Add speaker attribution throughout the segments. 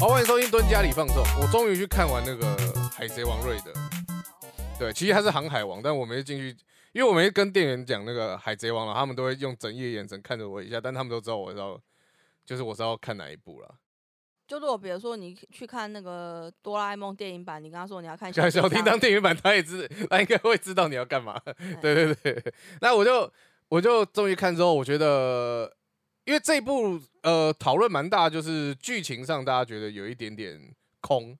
Speaker 1: 欢迎收听《蹲家里放送》。我终于去看完那个《海贼王瑞德》。对，其实他是航海王，但我没进去，因为我没跟店员讲那个《海贼王》了，他们都会用整夜眼神看着我一下，但他们都知道我知道，就是我知道看哪一部了。
Speaker 2: 就如果比如说你去看那个哆啦 A 梦电影版，你跟他说你要看
Speaker 1: 小小叮当电影版，他也知，他应该会知道你要干嘛。对 对对，那我就我就终于看之后，我觉得，因为这一部呃讨论蛮大，就是剧情上大家觉得有一点点空。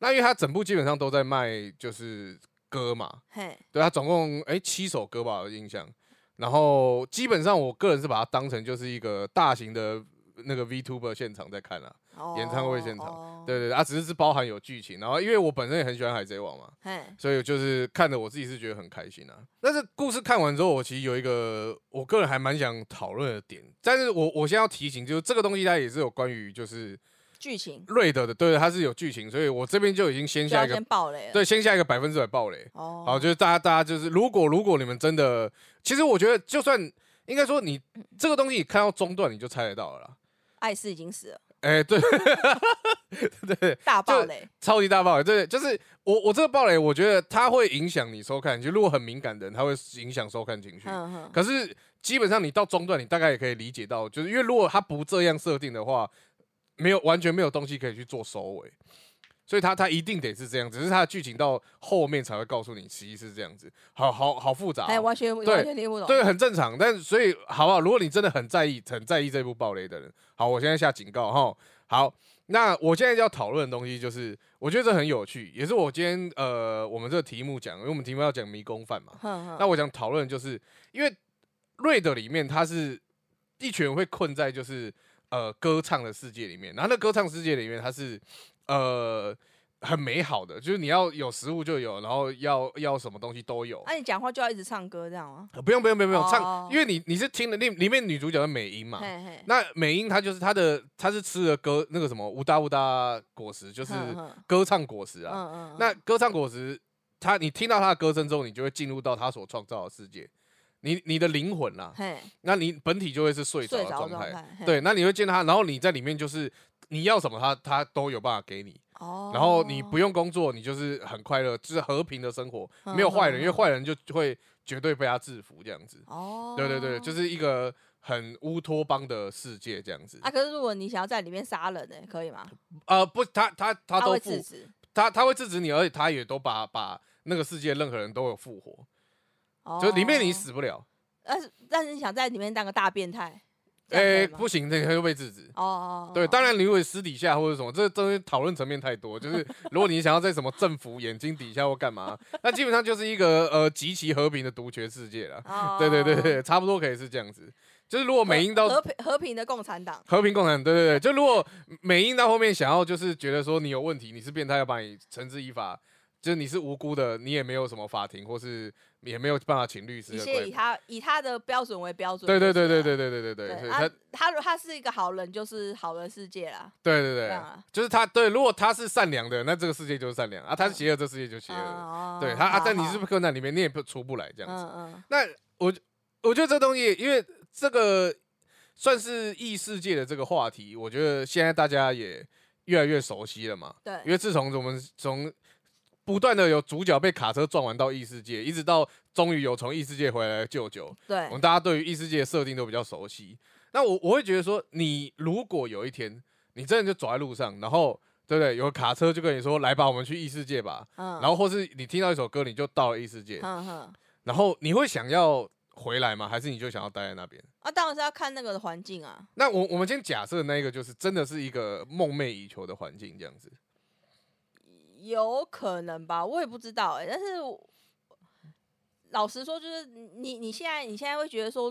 Speaker 1: 那因为它整部基本上都在卖就是歌嘛，
Speaker 2: 嘿，
Speaker 1: 对，它总共哎七首歌吧，我的印象。然后基本上我个人是把它当成就是一个大型的那个 VTuber 现场在看啊。
Speaker 2: 哦
Speaker 1: 演唱会现场
Speaker 2: 哦
Speaker 1: 对对，对啊，只是是包含有剧情。然后因为我本身也很喜欢海贼王嘛，
Speaker 2: 嘿，
Speaker 1: 所以就是看的我自己是觉得很开心啊。但是故事看完之后，我其实有一个我个人还蛮想讨论的点，但是我我先要提醒，就是这个东西它也是有关于就是
Speaker 2: 剧情
Speaker 1: 瑞德的，对的，它是有剧情，所以我这边就已经先
Speaker 2: 就
Speaker 1: 下
Speaker 2: 要
Speaker 1: 一个
Speaker 2: 先爆雷了。，
Speaker 1: 对先下一个百分之百爆雷。
Speaker 2: 哦，
Speaker 1: 好，就是大家大家就是如果如果你们真的，其实我觉得就算应该说你
Speaker 2: 嗯
Speaker 1: 这个东西你看到中段你就猜得到了啦。
Speaker 2: 艾斯已经死了，
Speaker 1: 哎、对 对，
Speaker 2: 大爆雷。
Speaker 1: 超级大爆雷，对，就是我我这个爆雷，我觉得它会影响你收看，就如果很敏感的人，他会影响收看情绪。
Speaker 2: 嗯哼，
Speaker 1: 可是基本上你到中段，你大概也可以理解到，就是因为如果他不这样设定的话，没有完全没有东西可以去做收尾，所以他他一定得是这样，只是他的剧情到后面才会告诉你，其实是这样子，好好好复杂、
Speaker 2: 哎，
Speaker 1: 哦。
Speaker 2: 完全
Speaker 1: 对
Speaker 2: 完全听不懂。
Speaker 1: 对，很正常。但所以，好不好？如果你真的很在意、很在意这部暴雷的人，好，我现在下警告哈。好，那我现在要讨论的东西就是，我觉得这很有趣，也是我今天呃，我们这个题目讲，因为我们题目要讲迷宫饭嘛。
Speaker 2: 哼
Speaker 1: 那
Speaker 2: 哼，
Speaker 1: 我想讨论就是，因为瑞德里面他是一群人会困在就是呃歌唱的世界里面，然后那歌唱世界里面它是呃很美好的，就是你要有食物就有，然后要要什么东西都有。
Speaker 2: 那你讲话就要一直唱歌这样吗？
Speaker 1: 呃不用不用不用不用唱
Speaker 2: 哎哦，
Speaker 1: 因为你你是听的那里面女主角的美音嘛，
Speaker 2: 嘿嘿，
Speaker 1: 那美音她就是她的她是吃了歌那个什么乌达乌达果实，就是
Speaker 2: 哼哼
Speaker 1: 歌唱果实
Speaker 2: 嗯
Speaker 1: 啊。
Speaker 2: 嗯，
Speaker 1: 那歌唱果实，她你听到她的歌声之后，你就会进入到她所创造的世界，你你的灵魂啦，
Speaker 2: 嘿
Speaker 1: 那你本体就会是睡着
Speaker 2: 睡
Speaker 1: 的
Speaker 2: 着
Speaker 1: 状
Speaker 2: 状
Speaker 1: 态，
Speaker 2: 态，嘿
Speaker 1: 对，那你会见她，然后你在里面就是你要什么她她都有办法给你，
Speaker 2: 哦，
Speaker 1: 然后你不用工作，你就是很快乐，就是和平的生活，没有坏人，因为
Speaker 2: 嗯嗯嗯
Speaker 1: 坏人就会绝对被他制服这样子。
Speaker 2: 哦，
Speaker 1: 对对对，就是一个很乌托邦的世界这样子
Speaker 2: 啊，。可是如果你想要在里面杀人呢，可以吗？
Speaker 1: 呃，不，他他他都
Speaker 2: 会制
Speaker 1: 复，
Speaker 2: 止。
Speaker 1: 他他会制止你，而且他也都把把那个世界任何人都有复活，就里面你
Speaker 2: 哦
Speaker 1: 死不了，
Speaker 2: 但是但是你想在里面当个大变态，这样可
Speaker 1: 哎，
Speaker 2: 以吗
Speaker 1: 不行，那个会被制止。
Speaker 2: 哦哦，哦
Speaker 1: 对，
Speaker 2: 哦
Speaker 1: 当然你如果私底下或者什么，这东西讨论层面太 多。就是如果你想要在什么政府眼睛底下或干嘛，那基本上就是一个呃极其和平的独权世界了。
Speaker 2: 哦
Speaker 1: 对对对对，差不多可以是这样子。就是如果美英到
Speaker 2: 和平和平的共产党，
Speaker 1: 和平共产，对对对，就如果美英到后面想要就是觉得说你有问题，你是变态，要把你绳之以法，就是你是无辜的，你也没有什么法庭或是也没有办法请律师
Speaker 2: 一
Speaker 1: 的
Speaker 2: 些
Speaker 1: 规
Speaker 2: 以
Speaker 1: 范。
Speaker 2: 他以他的标准为标准，
Speaker 1: 对对对
Speaker 2: 就
Speaker 1: 对
Speaker 2: 是
Speaker 1: 对对对对对，
Speaker 2: 了
Speaker 1: 所
Speaker 2: 对
Speaker 1: 以他
Speaker 2: 啊，他如他是一个好人，就是好人世界啦，
Speaker 1: 对对
Speaker 2: 这
Speaker 1: 对
Speaker 2: 样，啊，
Speaker 1: 就是他对，如果他是善良的，那这个世界就是善良啊；他是邪恶，这世界就邪恶。
Speaker 2: 嗯
Speaker 1: 对他啊，但你是不
Speaker 2: 不
Speaker 1: 是困在里面，你也不出不来这样子。
Speaker 2: 嗯嗯
Speaker 1: 那我我觉得这东西，因为这个算是异世界的这个话题，我觉得现在大家也越来越熟悉了嘛。因
Speaker 2: 对，
Speaker 1: 为自从我们从不断的有主角被卡车撞完到异世界，一直到终于有从异世界回来的舅舅，我
Speaker 2: 对
Speaker 1: 们大家对于异世界的设定都比较熟悉。那我我会觉得说，你如果有一天你真的就走在路上，然后对不对，有卡车就跟你说来吧，我们去异世界吧，
Speaker 2: 嗯，
Speaker 1: 然后或是你听到一首歌，你就到了异世界，
Speaker 2: 嗯哼
Speaker 1: 然后你会想要回来吗？还是你就想要待在那边？
Speaker 2: 啊，当然是要看那个环境啊，
Speaker 1: 那我我们先假设那一个就是真的是一个梦寐以求的环境这样子。
Speaker 2: 有可能吧，我也不知道哎、但是我老实说，就是你你现在你现在会觉得说，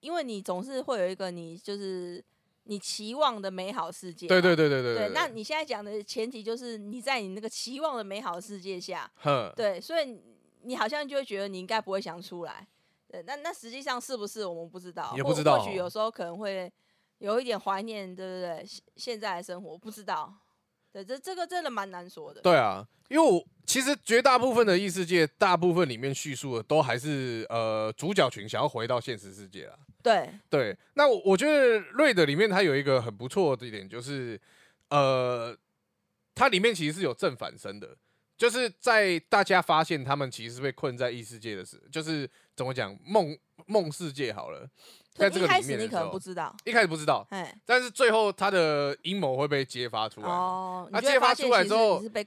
Speaker 2: 因为你总是会有一个你就是你期望的美好世界嘛，
Speaker 1: 对对对对对
Speaker 2: 对
Speaker 1: 对。
Speaker 2: 那你现在讲的前提就是你在你那个期望的美好世界下，
Speaker 1: 哼，
Speaker 2: 对，所以你好像就会觉得你应该不会想出来，对，那那实际上是不是我们不知道，
Speaker 1: 也
Speaker 2: 或
Speaker 1: 不知道哦
Speaker 2: 或许有时候可能会有一点怀念，对不对？现现在的生活不知道，对，这这个真的蛮难说的，
Speaker 1: 对啊，因为我其实绝大部分的异世界，大部分里面叙述的都还是呃主角群想要回到现实世界啊。
Speaker 2: 对。
Speaker 1: 对，那我我觉得瑞德里面它有一个很不错的一点，就是呃，它里面其实是有正反声的，就是在大家发现他们其实是被困在异世界的时，就是怎么讲梦梦世界好了，在这
Speaker 2: 一
Speaker 1: 个
Speaker 2: 开
Speaker 1: 里
Speaker 2: 始
Speaker 1: 面的
Speaker 2: 你
Speaker 1: 时
Speaker 2: 可能不
Speaker 1: 候，
Speaker 2: 知道，
Speaker 1: 一开始不知道，
Speaker 2: 哎，
Speaker 1: 但是最后他的阴谋会被揭发出来。
Speaker 2: 哦，
Speaker 1: 啊
Speaker 2: 你就会
Speaker 1: 揭发
Speaker 2: 发现
Speaker 1: 出来
Speaker 2: 其
Speaker 1: 之
Speaker 2: 实
Speaker 1: 后
Speaker 2: 你是被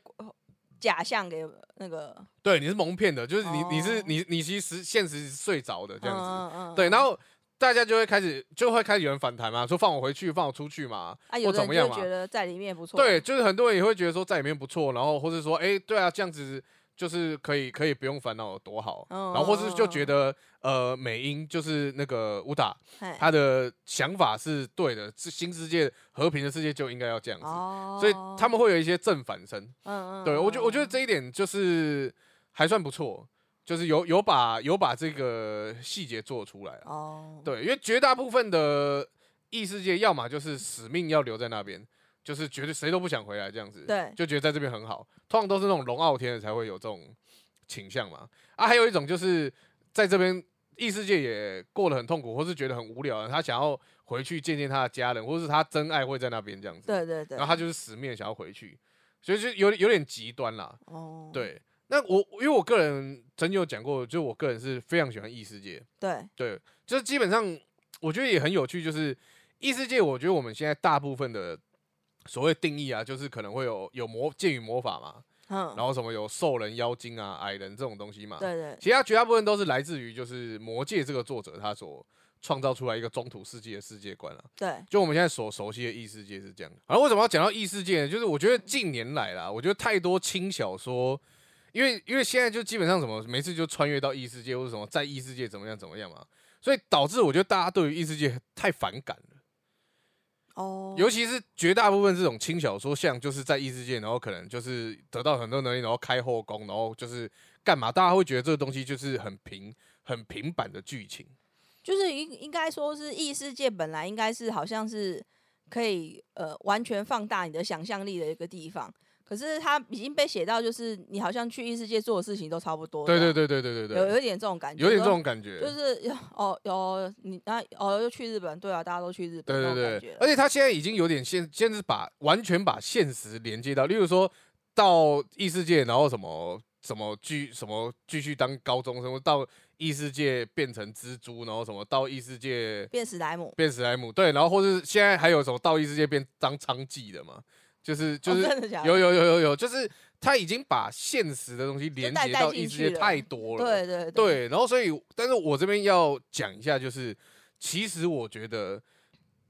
Speaker 2: 假象给那个
Speaker 1: 对，你是蒙骗的，就是你你是
Speaker 2: 哦
Speaker 1: 你你其实现实是睡着的这样子。
Speaker 2: 嗯嗯嗯
Speaker 1: 对，
Speaker 2: 嗯
Speaker 1: 然后大家就会开始就会开始有人反弹嘛，说放我回去，放我出去嘛。
Speaker 2: 啊，
Speaker 1: 或
Speaker 2: 有的
Speaker 1: 怎
Speaker 2: 人
Speaker 1: 么
Speaker 2: 就
Speaker 1: 样
Speaker 2: 会
Speaker 1: 嘛
Speaker 2: 觉得在里面也不错，
Speaker 1: 对，，就是很多人也会觉得说在里面不错，然后或是说，哎、对啊，这样子就是可以可以不用烦恼有多好。
Speaker 2: 嗯
Speaker 1: 然后或是就觉
Speaker 2: 嗯
Speaker 1: 得呃，美英就是那个乌达，
Speaker 2: 嘿
Speaker 1: 他的想法是对的，是新世界和平的世界就应该要这样子。
Speaker 2: 哦，
Speaker 1: 所以他们会有一些正反声，
Speaker 2: 嗯，嗯嗯，
Speaker 1: 对我觉我觉得
Speaker 2: 嗯
Speaker 1: 这一点就是还算不错，就是有有把有把这个细节做出来啊。
Speaker 2: 哦，
Speaker 1: 对，因为绝大部分的异世界，要么就是使命要留在那边，就是绝对谁都不想回来这样子，
Speaker 2: 哦对
Speaker 1: 就觉得在这边很好。通常都是那种龙傲天的才会有这种倾向嘛。啊，还有一种就是在这边异世界也过得很痛苦，或是觉得很无聊，他想要回去见见他的家人，或是他真爱会在那边这样子。
Speaker 2: 对对对，
Speaker 1: 然后他就是死命地想要回去，所以就有有点极端啦。
Speaker 2: 哦，
Speaker 1: 对，那我因为我个人曾经有讲过，就我个人是非常喜欢异世界，
Speaker 2: 对，
Speaker 1: 对，就是基本上我觉得也很有趣，就是异世界，我觉得我们现在大部分的所谓定义啊，就是可能会有有魔剑与魔法嘛，
Speaker 2: 嗯，
Speaker 1: 然后什么有兽人、妖精啊、矮人这种东西嘛，
Speaker 2: 对对
Speaker 1: 其他绝大部分都是来自于就是《魔界这个作者他所创造出来一个中土世界的世界观啊。
Speaker 2: 对，
Speaker 1: 就我们现在所熟悉的异世界是这样。而为什么要讲到异世界呢？就是我觉得近年来啦，我觉得太多轻小说，因为因为现在就基本上什么没事就穿越到异世界，或者什么在异世界怎么样怎么样嘛，所以导致我觉得大家对于异世界太反感了。
Speaker 2: 哦，
Speaker 1: 尤其是绝大部分这种轻小说，像就是在异世界，然后可能就是得到很多能力，然后开后宫，然后就是干嘛，大家会觉得这个东西就是很平很平板的剧情。
Speaker 2: 就是应应该说是异世界本来应该是好像是可以呃完全放大你的想象力的一个地方，可是它已经被写到就是你好像去异世界做的事情都差不多这
Speaker 1: 对
Speaker 2: 样，
Speaker 1: 对对对对对
Speaker 2: 有
Speaker 1: 对，
Speaker 2: 有一点这种感觉，
Speaker 1: 有点这
Speaker 2: 说
Speaker 1: 种感觉，
Speaker 2: 就是 有哦有你啊哦又去日本，对啊，大家都去日本，
Speaker 1: 对
Speaker 2: 那种
Speaker 1: 对
Speaker 2: 感
Speaker 1: 对
Speaker 2: 觉，
Speaker 1: 而且他现在已经有点现，现在是把完全把现实连接到，例如说到异世界，然后什么什么继什么继续当高中生，或到异世界变成蜘蛛，然后什么到异世界
Speaker 2: 变史莱姆，哦
Speaker 1: 变史莱姆，对，然后或是现在还有什么到异世界变当娼妓的嘛，就是就
Speaker 2: 哦
Speaker 1: 是、
Speaker 2: 真的假的？
Speaker 1: 有有有有有，就是他已经把现实的东西连
Speaker 2: 带
Speaker 1: 接
Speaker 2: 带
Speaker 1: 到
Speaker 2: 进
Speaker 1: 异世
Speaker 2: 去
Speaker 1: 界
Speaker 2: 了
Speaker 1: 太多了，
Speaker 2: 对对
Speaker 1: 对，然后所以，但是我这边要讲一下，就是其实我觉得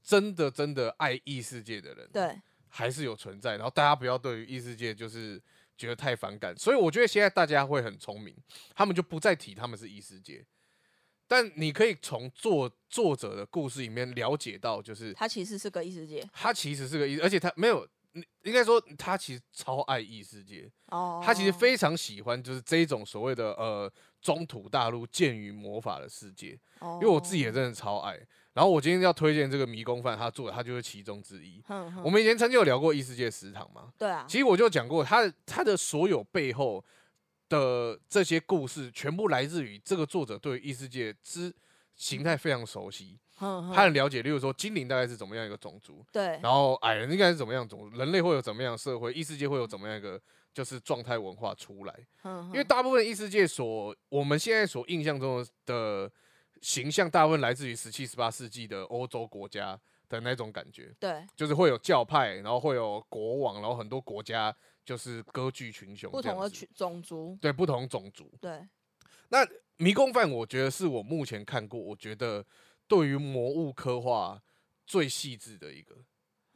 Speaker 1: 真的真的爱异世界的人，，
Speaker 2: 对
Speaker 1: 还是有存在。然后大家不要对于异世界就是觉得太反感，所以我觉得现在大家会很聪明，他们就不再提他们是异世界。但你可以从作作者的故事里面了解到，就是
Speaker 2: 它其实是个异世界
Speaker 1: 他其实是个异，而且他没有，嗯应该说他其实超爱异世界。
Speaker 2: 哦，
Speaker 1: 他其实非常喜欢就是这一种所谓的呃中土大陆剑与魔法的世界，
Speaker 2: 因
Speaker 1: 因为我自己也
Speaker 2: 哦
Speaker 1: 真的超爱。然后我今天要推荐这个迷宫饭，他做的他就是其中之一。
Speaker 2: 哼哼
Speaker 1: 我们以前曾经有聊过异世界食堂嘛，
Speaker 2: 对嗯啊，
Speaker 1: 其实我就讲过，他的他的所有背后的这些故事，全部来自于这个作者对异世界之形态非常熟悉，
Speaker 2: 哼哼
Speaker 1: 他很了解。例如说，精灵大概是怎么样一个种族，
Speaker 2: 对
Speaker 1: 然后矮人应该是怎么样种族，人类会有怎么样的社会，异世界会有怎么样一个就是状态文化出来。
Speaker 2: 因
Speaker 1: 因为大部分异世界所我们现在所印象中的形象，大部分来自于十七、十八世纪的欧洲国家的那种感觉，
Speaker 2: 对
Speaker 1: 就是会有教派，然后会有国王，然后很多国家就是割据群雄，
Speaker 2: 不同的，群种族，
Speaker 1: 对不同种族。
Speaker 2: 对
Speaker 1: 迷宫饭，我觉得是我目前看过，我觉得对于魔物刻画最细致的一个，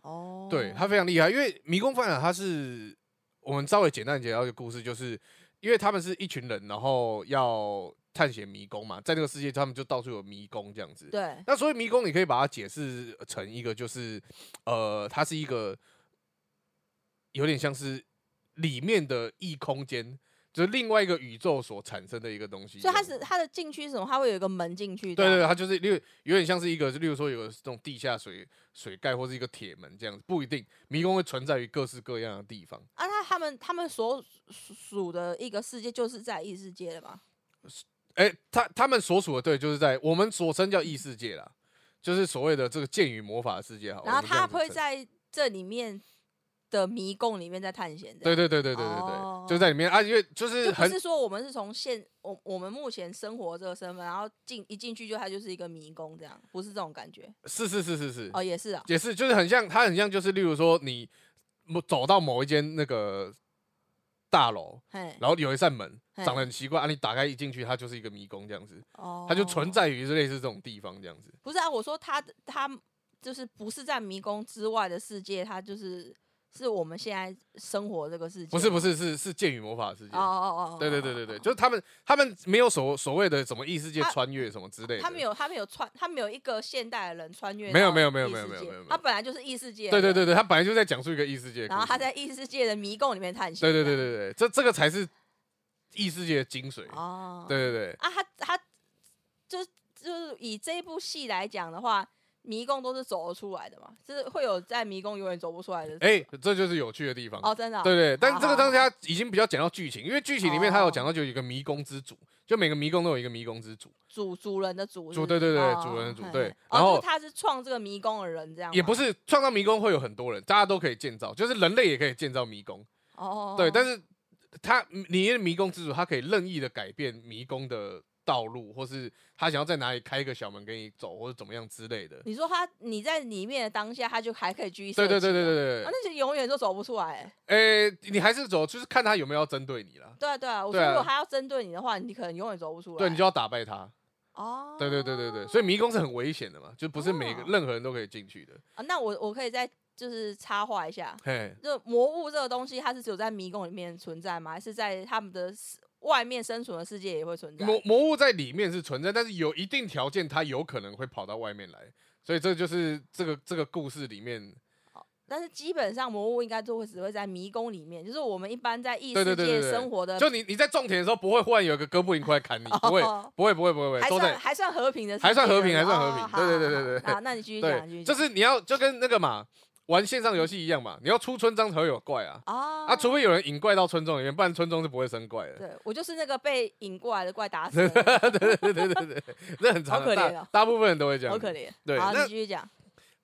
Speaker 2: 哦，
Speaker 1: 对他非常厉害，因为迷宫饭啊，他是我们稍微简单地介绍一个故事，就是因为他们是一群人，然后要探险迷宫嘛，在那个世界他们就到处有迷宫这样子。
Speaker 2: 对
Speaker 1: 那所以迷宫你可以把它解释成一个，就是呃，它是一个有点像是里面的异空间，就是另外一个宇宙所产生的一个东西这
Speaker 2: 所
Speaker 1: 样
Speaker 2: 以它
Speaker 1: 子。
Speaker 2: 是它的禁区是什么？它会有一个门进去的
Speaker 1: 对
Speaker 2: 啊，
Speaker 1: 对对，它就是例如有点像是一个，例如说有个这种地下水水盖或是一个铁门这样子，不一定迷宫会存在于各式各样的地方。
Speaker 2: 啊，那他们他们所属属的一个世界就是在异世界的嘛？
Speaker 1: 哎，他他们所属的对，就是在我们所称叫异世界啦，就是所谓的这个剑与魔法的世界好了。
Speaker 2: 然后
Speaker 1: 我们这样
Speaker 2: 他
Speaker 1: 子
Speaker 2: 会
Speaker 1: 称
Speaker 2: 在这里面的迷宫里面在探险。
Speaker 1: 对对对对对对对，就在里面啊，因为就是
Speaker 2: 哦就不
Speaker 1: 很
Speaker 2: 是说我们是从现我我们目前生活这个身份，然后进一进去就它就是一个迷宫，这样不是这种感觉
Speaker 1: 是是是是是，
Speaker 2: 哦，也是啊，
Speaker 1: 也是就是很像，它很像就是例如说你某走到某一间那个大楼，
Speaker 2: 嘿，
Speaker 1: 然后有一扇门
Speaker 2: 嘿
Speaker 1: 长得很奇怪啊，你打开一进去，它就是一个迷宫这样子，
Speaker 2: 哦，
Speaker 1: 它就存在于类似这种地方这样子。
Speaker 2: 不是啊，我说他他就是不是在迷宫之外的世界，他就是是我们现在生活这个世界。
Speaker 1: 不是不
Speaker 2: 是，
Speaker 1: 是是是剑与魔法的世界
Speaker 2: 哦。哦哦，
Speaker 1: 对对对对对，就是他们他们没有所所谓的什么异世界
Speaker 2: 他
Speaker 1: 穿越什么之类的，
Speaker 2: 他们有他们有穿，他们有一个现代的人穿越，
Speaker 1: 没有没有没有没有没有没有没有
Speaker 2: 他本来就是异世界，
Speaker 1: 对对，对对，他本来就在讲述一个异世界的故事，
Speaker 2: 然后他在异世界的迷宫里面探险，
Speaker 1: 对对对，对对，这这个才是异世界的精髓。
Speaker 2: 哦，
Speaker 1: 对对对，
Speaker 2: 啊，他他就就是以这一部戏来讲的话。迷宫都是走得出来的嘛，就是会有在迷宫永远走不出来的。
Speaker 1: 哎、这就是有趣的地方。
Speaker 2: 哦，真的哦、
Speaker 1: 对对，但
Speaker 2: 好
Speaker 1: 这个
Speaker 2: 好
Speaker 1: 东西它已经比较讲到剧情，因为剧情里面它有
Speaker 2: 哦
Speaker 1: 讲到就有一个迷宫之主，就每个迷宫都有一个迷宫之主，
Speaker 2: 主主人的主是
Speaker 1: 主
Speaker 2: 不
Speaker 1: 对
Speaker 2: 是，
Speaker 1: 对对
Speaker 2: 哦
Speaker 1: 主人的主
Speaker 2: 嘿嘿
Speaker 1: 对
Speaker 2: 哦
Speaker 1: 然
Speaker 2: 就
Speaker 1: 后
Speaker 2: 是他是创这个迷宫的人，这样
Speaker 1: 也不
Speaker 2: 吗
Speaker 1: 是创造迷宫会有很多人，大家都可以建造，就是人类也可以建造迷宫。
Speaker 2: 哦，
Speaker 1: 对，但
Speaker 2: 是
Speaker 1: 是他你的迷宫之主，他可以任意的改变迷宫的道路，或是他想要在哪里开一个小门给你走，或者怎么样之类的。
Speaker 2: 你说他你在里面的当下，他就还可以继续
Speaker 1: 对
Speaker 2: 设
Speaker 1: 对
Speaker 2: 计
Speaker 1: 对对
Speaker 2: 啊
Speaker 1: 对对，
Speaker 2: 啊那就永远都走不出来欸。
Speaker 1: 诶、你还是走，就是看他有没有要针对你啦。
Speaker 2: 对啊对啊，我
Speaker 1: 对
Speaker 2: 说如果
Speaker 1: 啊
Speaker 2: 他要针对你的话，你可能永远走不出来。
Speaker 1: 对，你就要打败他。
Speaker 2: 哦，
Speaker 1: 对对对对对，所以迷宫是很危险的嘛，就不是每个
Speaker 2: 哦
Speaker 1: 任何人都可以进去的。
Speaker 2: 啊，那我我可以再就是插话一下，
Speaker 1: 嘿，
Speaker 2: 就魔物这个东西，它是只有在迷宫里面存在吗？还是在他们的世外面生存的世界也会存在？
Speaker 1: 魔魔物在里面是存在，但是有一定条件，它有可能会跑到外面来。所以这就是这个这个故事里面，
Speaker 2: 但是基本上魔物应该都会只会在迷宫里面，就是我们一般在异
Speaker 1: 对对
Speaker 2: 世
Speaker 1: 对对
Speaker 2: 界
Speaker 1: 对
Speaker 2: 生活的
Speaker 1: 就你你在种田的时候，不会忽然有一个哥布林过来砍你，不会
Speaker 2: 哦
Speaker 1: 不会不会不会不会，
Speaker 2: 还
Speaker 1: 都
Speaker 2: 算
Speaker 1: 在
Speaker 2: 还算和平的世界，
Speaker 1: 还算和平
Speaker 2: 对不对
Speaker 1: 还算和平
Speaker 2: 哦好
Speaker 1: 对对对对对
Speaker 2: 好好，那你继续讲，继续
Speaker 1: 对，
Speaker 2: 讲
Speaker 1: 就是你要就跟那个嘛玩线上游戏一样嘛，你要出村庄才会有怪啊
Speaker 2: 啊
Speaker 1: 啊，除非有人引怪到村庄里面，不然村庄是不会生怪的。
Speaker 2: 对我就是那个被引过来的怪打死 的
Speaker 1: 对
Speaker 2: 那
Speaker 1: 对对对对对，这很常
Speaker 2: 好可
Speaker 1: 大
Speaker 2: 怜哦
Speaker 1: 大部分人都会这
Speaker 2: 个，
Speaker 1: 样。
Speaker 2: 好可怜。
Speaker 1: 对
Speaker 2: 好，你
Speaker 1: 那
Speaker 2: 继续讲，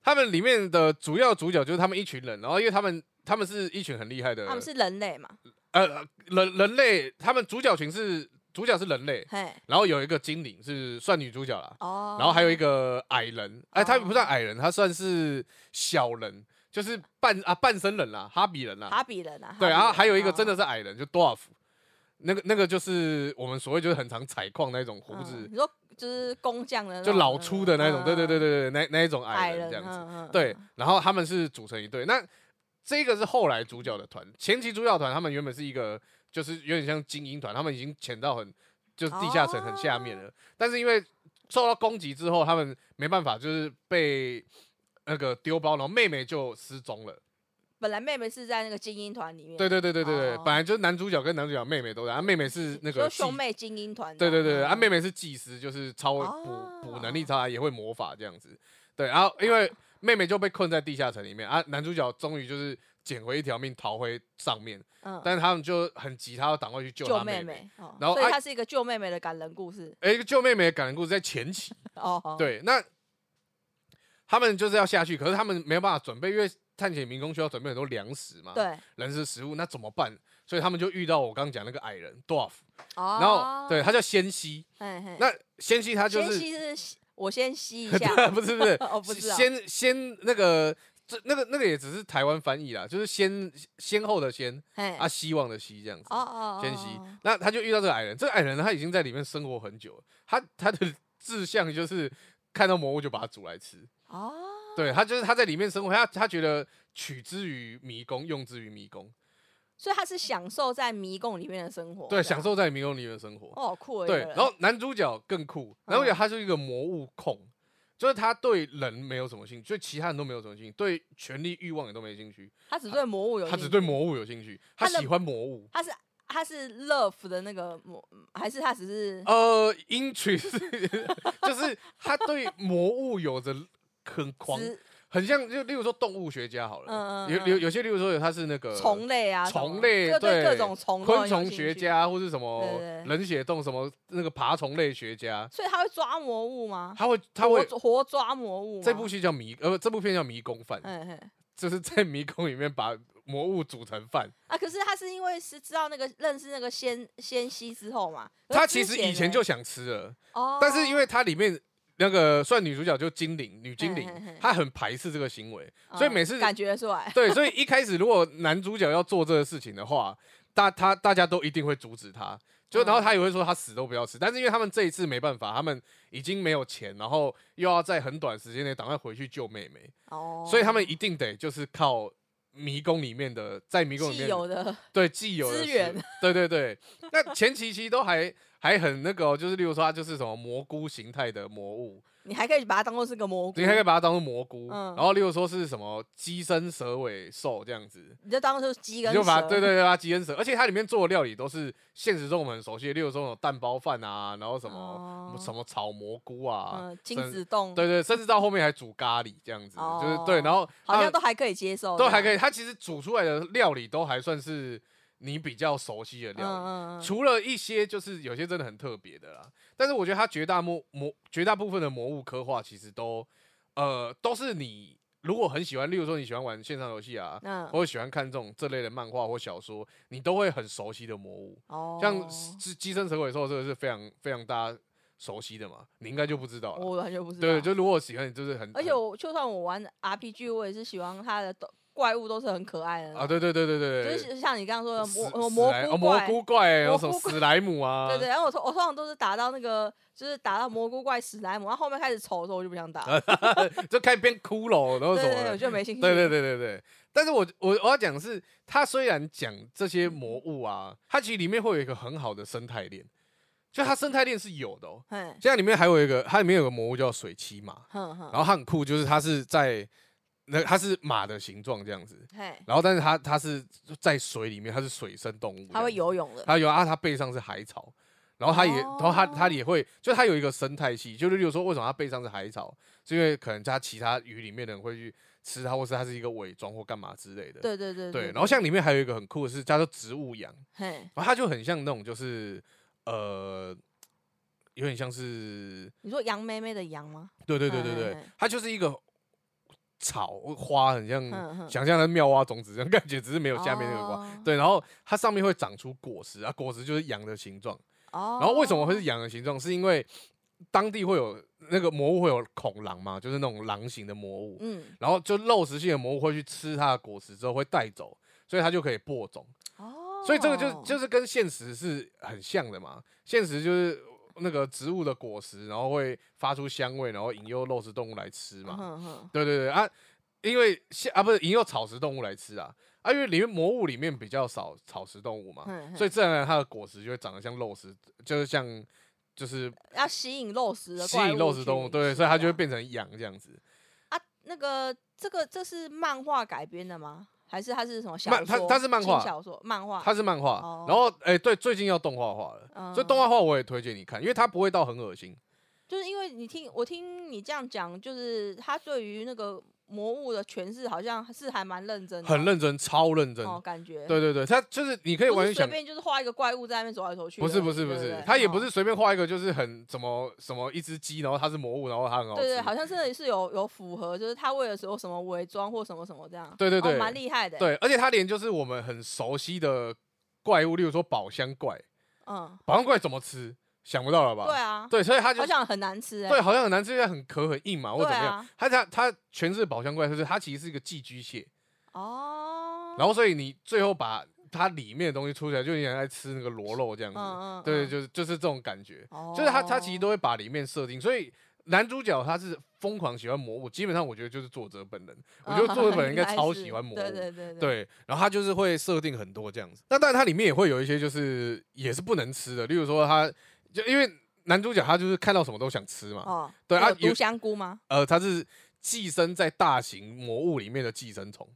Speaker 1: 他们里面的主要主角就是他们一群人，然后因为他们他们是一群很厉害的，
Speaker 2: 他们是人类嘛？
Speaker 1: 呃人人类，他们主角群是主角是人类，
Speaker 2: 嘿，
Speaker 1: 然后有一个精灵是算女主角啦，
Speaker 2: 哦，
Speaker 1: 然后还有一个矮人，哎、他
Speaker 2: 哦
Speaker 1: 不算矮人，他算是小人，就是半啊半身人啦，哈比人啦，
Speaker 2: 哈比人啊，
Speaker 1: 对，然
Speaker 2: 哈
Speaker 1: 后
Speaker 2: 比人
Speaker 1: 还有一个真的
Speaker 2: 哦
Speaker 1: 是矮人，就 dwarf。那个那个就是我们所谓就是很常采矿那种胡
Speaker 2: 嗯
Speaker 1: 子，
Speaker 2: 你说就是工匠的那
Speaker 1: 就
Speaker 2: 种，嗯
Speaker 1: 老粗的那种，对对对
Speaker 2: 对，
Speaker 1: 对对，那那一种矮
Speaker 2: 矮
Speaker 1: 人
Speaker 2: 人嗯
Speaker 1: 这样子。
Speaker 2: 子
Speaker 1: 对，，然后他们是组成一队。那这个是后来主角的团，前期主角团他们原本是一个，就是有点像精英团，他们已经潜到很就是地下层很下面
Speaker 2: 哦
Speaker 1: 了。但是因为受到攻击之后，他们没办法，就是被那个丢包，然后妹妹就失踪了。
Speaker 2: 本来妹妹是在那个精英团里面，
Speaker 1: 对对对对对对，
Speaker 2: 哦
Speaker 1: 本来就是男主角跟男主角妹妹都在，啊妹妹是那个
Speaker 2: 说
Speaker 1: 祭
Speaker 2: 兄妹精英团这
Speaker 1: 对
Speaker 2: 样，
Speaker 1: 对对对，啊，妹
Speaker 2: 妹
Speaker 1: 妹是祭司，就是超补补能力
Speaker 2: 哦
Speaker 1: 超好，也会魔法这样子。对，然后因为妹妹就被困在地下城里面啊，男主角终于就是捡回一条命，逃回上面，但是他们就很急，他要赶快去救
Speaker 2: 嗯救
Speaker 1: 他妹。
Speaker 2: 妹，哦
Speaker 1: 然后
Speaker 2: 所以
Speaker 1: 啊
Speaker 2: 它是一个救妹妹的感人故事
Speaker 1: 哎，救妹妹的感人故事在前期，
Speaker 2: 哦，哦，
Speaker 1: 对，那他们就是要下去，可是他们没有办法准备，因为探险民工需要准备很多粮食嘛，，
Speaker 2: 对，
Speaker 1: 人是食物，那怎么办？所以他们就遇到我刚刚讲那个矮人 dwarf，
Speaker 2: 哦，
Speaker 1: 然后对，他叫仙溪，
Speaker 2: 嘿嘿
Speaker 1: 那仙溪他就
Speaker 2: 先
Speaker 1: 是
Speaker 2: 吸是吸我先吸一
Speaker 1: 对
Speaker 2: 下，，
Speaker 1: 不是不是
Speaker 2: 哦不
Speaker 1: 是
Speaker 2: 知道
Speaker 1: 先先那个这那个那个也只是台湾翻译啦，就是先先后的先
Speaker 2: 嘿，
Speaker 1: 啊，希望的希这样子。
Speaker 2: 哎哦哦，
Speaker 1: 先希
Speaker 2: 哦，
Speaker 1: 那他就遇到这个矮人，这个矮人他已经在里面生活很久了，他他的志向就是看到魔物就把它煮来吃。
Speaker 2: 哦，
Speaker 1: 对他就是他在里面生活，他他觉得取之于迷宫，用之于迷宫，
Speaker 2: 所以他是享受在迷宫里面的生活，
Speaker 1: 对，
Speaker 2: 这样
Speaker 1: 享受在迷宫里面的生活。
Speaker 2: 哦，好酷哦，一个
Speaker 1: 对，
Speaker 2: 人嗯
Speaker 1: 然后男主角更酷，男主角他是一个魔物控，就是他对人没有什么兴趣，对其他人都没有什么兴趣，对权力欲望也都没兴趣，
Speaker 2: 他只对魔物有，
Speaker 1: 他只对，魔物有兴趣，他
Speaker 2: 他的
Speaker 1: 喜欢魔物。
Speaker 2: 他是他是 love 的那个魔，还是他只是
Speaker 1: 呃，interest 就是他对魔物有着很狂，
Speaker 2: 只
Speaker 1: 很像就例如说动物学家好了，
Speaker 2: 嗯嗯
Speaker 1: 有
Speaker 2: 嗯
Speaker 1: 有有些例如说有他是那个
Speaker 2: 虫类啊什么的，
Speaker 1: 呃虫类
Speaker 2: 就对
Speaker 1: 对
Speaker 2: 各种虫都很有
Speaker 1: 昆虫
Speaker 2: 兴
Speaker 1: 学
Speaker 2: 趣，
Speaker 1: 家或是什么
Speaker 2: 对对对啊
Speaker 1: 冷血动什么那个爬虫类学家，
Speaker 2: 所以他会抓魔物吗？
Speaker 1: 他会他会
Speaker 2: 活活抓魔物吗，
Speaker 1: 这部戏叫迷呃不这部片叫迷宫饭，
Speaker 2: 嘿嘿
Speaker 1: 就是在迷宫里面把魔物组成饭。
Speaker 2: 啊，可是他是因为是知道那个认识那个仙仙溪之后嘛，可是
Speaker 1: 他
Speaker 2: 呃
Speaker 1: 其
Speaker 2: 之
Speaker 1: 实以前
Speaker 2: 呢
Speaker 1: 就想吃了，
Speaker 2: 哦，
Speaker 1: 但是因为它里面那个算女主角就精灵，女精灵
Speaker 2: 嘿嘿嘿，
Speaker 1: 她很排斥这个行为，所以
Speaker 2: 哦
Speaker 1: 每次
Speaker 2: 感觉得出来，
Speaker 1: 对，所以一开始如果男主角要做这个事情的话，大他大家都一定会阻止他，就然后
Speaker 2: 嗯
Speaker 1: 他也会说他死都不要吃，但是因为他们这一次没办法，他们已经没有钱，然后又要在很短时间内赶快回去救妹妹，
Speaker 2: 哦，
Speaker 1: 所以他们一定得就是靠。迷宫里面的，在迷宫里
Speaker 2: 既
Speaker 1: 面
Speaker 2: 有的
Speaker 1: 对既有的
Speaker 2: 资
Speaker 1: 食
Speaker 2: 源
Speaker 1: 物，对对对。那前期其实都还还很那个、哦，就是例如说它就是什么蘑菇形态的魔物，
Speaker 2: 你还可以把它当做是个蘑菇，
Speaker 1: 你还可以把它当做蘑菇，
Speaker 2: 嗯
Speaker 1: 然后例如说是什么鸡身蛇尾兽这样子，
Speaker 2: 你就当做是鸡
Speaker 1: 你
Speaker 2: 跟
Speaker 1: 就把它
Speaker 2: 蛇
Speaker 1: 对对对，把它鸡身蛇，而且它里面做的料理都是现实中我们很熟悉的，例如说那种蛋包饭啊，然后什么、
Speaker 2: 哦
Speaker 1: 什么炒蘑菇啊，
Speaker 2: 嗯金
Speaker 1: 甚
Speaker 2: 子冻，
Speaker 1: 对对，甚至到后面还煮咖喱这样子，就是对，
Speaker 2: 哦
Speaker 1: 然后
Speaker 2: 好
Speaker 1: 它
Speaker 2: 像都还可以接受，
Speaker 1: 都还可
Speaker 2: 以，
Speaker 1: 以，它其实煮出来的料理都还算是你比较熟悉的
Speaker 2: 嗯
Speaker 1: 料理。
Speaker 2: 嗯嗯，
Speaker 1: 除了一些就是有些真的很特别的啦，但是我觉得它绝大魔魔绝大部分的魔物刻画其实都呃都是你如果很喜欢，例如说你喜欢玩线上游戏啊，
Speaker 2: 那
Speaker 1: 或者喜欢看这种这类的漫画或小说，你都会很熟悉的魔物，
Speaker 2: 哦，
Speaker 1: 像是寄生蛇尾兽这个是非常非常大家熟悉的嘛，你应该就不知道了。
Speaker 2: 我完全不知道，
Speaker 1: 对，就如果喜欢你就是很
Speaker 2: 而且
Speaker 1: 很
Speaker 2: 我就算我玩 RPG，我也是喜欢它的都怪物都是很可爱的
Speaker 1: 啊，对对对对对对，
Speaker 2: 就是像你刚刚说的
Speaker 1: 史
Speaker 2: 蘑
Speaker 1: 史
Speaker 2: 蘑
Speaker 1: 莱
Speaker 2: 菇
Speaker 1: 哦蘑
Speaker 2: 怪，
Speaker 1: 菇怪，然后什么
Speaker 2: 蘑菇怪
Speaker 1: 史莱姆啊，
Speaker 2: 对对，然后我通我通常都是打到那个，就是打到蘑菇怪史莱姆，然后后面开始丑的时候我就不想打，
Speaker 1: 啊
Speaker 2: 对
Speaker 1: 就开始变骷髅，然后什
Speaker 2: 对
Speaker 1: 么
Speaker 2: 对，
Speaker 1: 的
Speaker 2: 我就没兴趣。
Speaker 1: 对对对对对。但是我我我要讲的是，它虽然讲这些
Speaker 2: 嗯
Speaker 1: 魔物啊，它其实里面会有一个很好的生态链，就它生态链是有的哦。
Speaker 2: 嘿，
Speaker 1: 现在里面还有一个，它里面有个魔物叫水栖马，
Speaker 2: 哼哼，
Speaker 1: 然后它很酷，就是它是在那它是马的形状这样子，
Speaker 2: 嘿，
Speaker 1: 然后但是它它是在水里面，它是水生动物，
Speaker 2: 它会，游泳的，
Speaker 1: 它游啊，它背上是海草。然后它也，然后它它
Speaker 2: 哦
Speaker 1: 也会，就它有一个生态系，就是例如说，为什么它背上是海草，是因为可能它其他鱼里面的人会去吃它，或是它是一个伪装或干嘛之类的。
Speaker 2: 对对对
Speaker 1: 对，然后像里面还有一个很酷的是，叫做植物羊，
Speaker 2: 嘿，
Speaker 1: 然后它就很像那种就是呃，有点像是，
Speaker 2: 你说羊妹妹的羊吗？
Speaker 1: 对对对对对，
Speaker 2: 嗯嗯嗯
Speaker 1: 它就是一个草花，很像、
Speaker 2: 嗯嗯
Speaker 1: 想象的妙蛙种子这样感觉，只是没有下面那个花。
Speaker 2: 哦
Speaker 1: 对，然后它上面会长出果实啊，果实就是羊的形状。
Speaker 2: 哦，
Speaker 1: 然后为什么会是羊的形状？是因为当地会有那个魔物会有恐狼嘛，就是那种狼形的魔物。
Speaker 2: 嗯，
Speaker 1: 然后就肉食性的魔物会去吃它的果实之后会带走，所以它就可以播种。
Speaker 2: 哦，
Speaker 1: 所以这个就就是跟现实是很像的嘛。现实就是那个植物的果实，然后会发出香味，然后引诱肉食动物来吃嘛。
Speaker 2: 哼哼，
Speaker 1: 对对对啊，因为现啊不是引诱草食动物来吃啊啊，因为里面魔物里面比较少草食动物嘛，
Speaker 2: 嗯嗯
Speaker 1: 啊所以自然而然它的果实就会长得像肉食，就是像就是
Speaker 2: 要吸引肉食的
Speaker 1: 吸
Speaker 2: 呃怪
Speaker 1: 引
Speaker 2: 物
Speaker 1: 肉食
Speaker 2: 去
Speaker 1: 动物，
Speaker 2: 吃
Speaker 1: 对，所以它就会
Speaker 2: 这样
Speaker 1: 变成羊这样子。
Speaker 2: 啊。那个这个这是漫画改编的吗？还是它是什么小
Speaker 1: 漫
Speaker 2: 说？
Speaker 1: 它它是漫
Speaker 2: 轻
Speaker 1: 画
Speaker 2: 小说漫画，
Speaker 1: 它是漫画，
Speaker 2: 哦
Speaker 1: 然后哎、对，最近要动画化了，所以动
Speaker 2: 嗯
Speaker 1: 画化我也推荐你看，因为它不会到很恶心。
Speaker 2: 就是因为你听我听你这样讲，就是他对于那个魔物的诠释，好像是还蛮认真的，
Speaker 1: 很认真，超认真。
Speaker 2: 哦，感觉
Speaker 1: 对对对，他就是你可以
Speaker 2: 不
Speaker 1: 完
Speaker 2: 是
Speaker 1: 全
Speaker 2: 随
Speaker 1: 想，
Speaker 2: 便就是画一个怪物在那边走来走去的，
Speaker 1: 不是不是
Speaker 2: 对
Speaker 1: 不
Speaker 2: 对
Speaker 1: 是
Speaker 2: 对，
Speaker 1: 他也不
Speaker 2: 哦
Speaker 1: 是随便画一个就是很什么什么一只鸡，然后它是魔物，然后它很好
Speaker 2: 对
Speaker 1: 吃。
Speaker 2: 对，好像真的是有有符合，就是他为了什么什么伪装或什么什么这样，
Speaker 1: 对对
Speaker 2: 哦
Speaker 1: 对
Speaker 2: 蛮厉害的，，
Speaker 1: 对而且它连就是我们很熟悉的怪物，例如说宝箱怪，
Speaker 2: 嗯，
Speaker 1: 宝箱怪怎么吃？想不到了吧？
Speaker 2: 对啊，
Speaker 1: 对所以它就
Speaker 2: 好像很难吃，哎
Speaker 1: 对，，好像很难吃，因为很壳很硬嘛，或怎
Speaker 2: 对
Speaker 1: 么样
Speaker 2: 啊。
Speaker 1: 它它它全是宝箱怪，就是它其实是一个寄居蟹，
Speaker 2: 哦，
Speaker 1: 然后所以你最后把它里面的东西出起来，就你想在吃那个螺肉这样子。
Speaker 2: 嗯嗯，
Speaker 1: 对，
Speaker 2: 嗯，
Speaker 1: 就是就是这种感觉。
Speaker 2: 哦
Speaker 1: 就是他他其实 都会把里面设定，所以男主角他是疯狂喜欢魔物，基本上我觉得就是作者本人，我
Speaker 2: 啊
Speaker 1: 觉得作者本人应 该超喜欢魔物。
Speaker 2: 对对对，
Speaker 1: 对然后他就是会设定很多这样子，那但它里面也会有一些就是也是不能吃的，例如说他就因为男主角他就是看到什么都想吃嘛，
Speaker 2: 哦，
Speaker 1: 对
Speaker 2: 那
Speaker 1: 啊
Speaker 2: 个
Speaker 1: 有
Speaker 2: 毒香菇吗？
Speaker 1: 呃，他是寄生在大型魔物里面的寄生虫，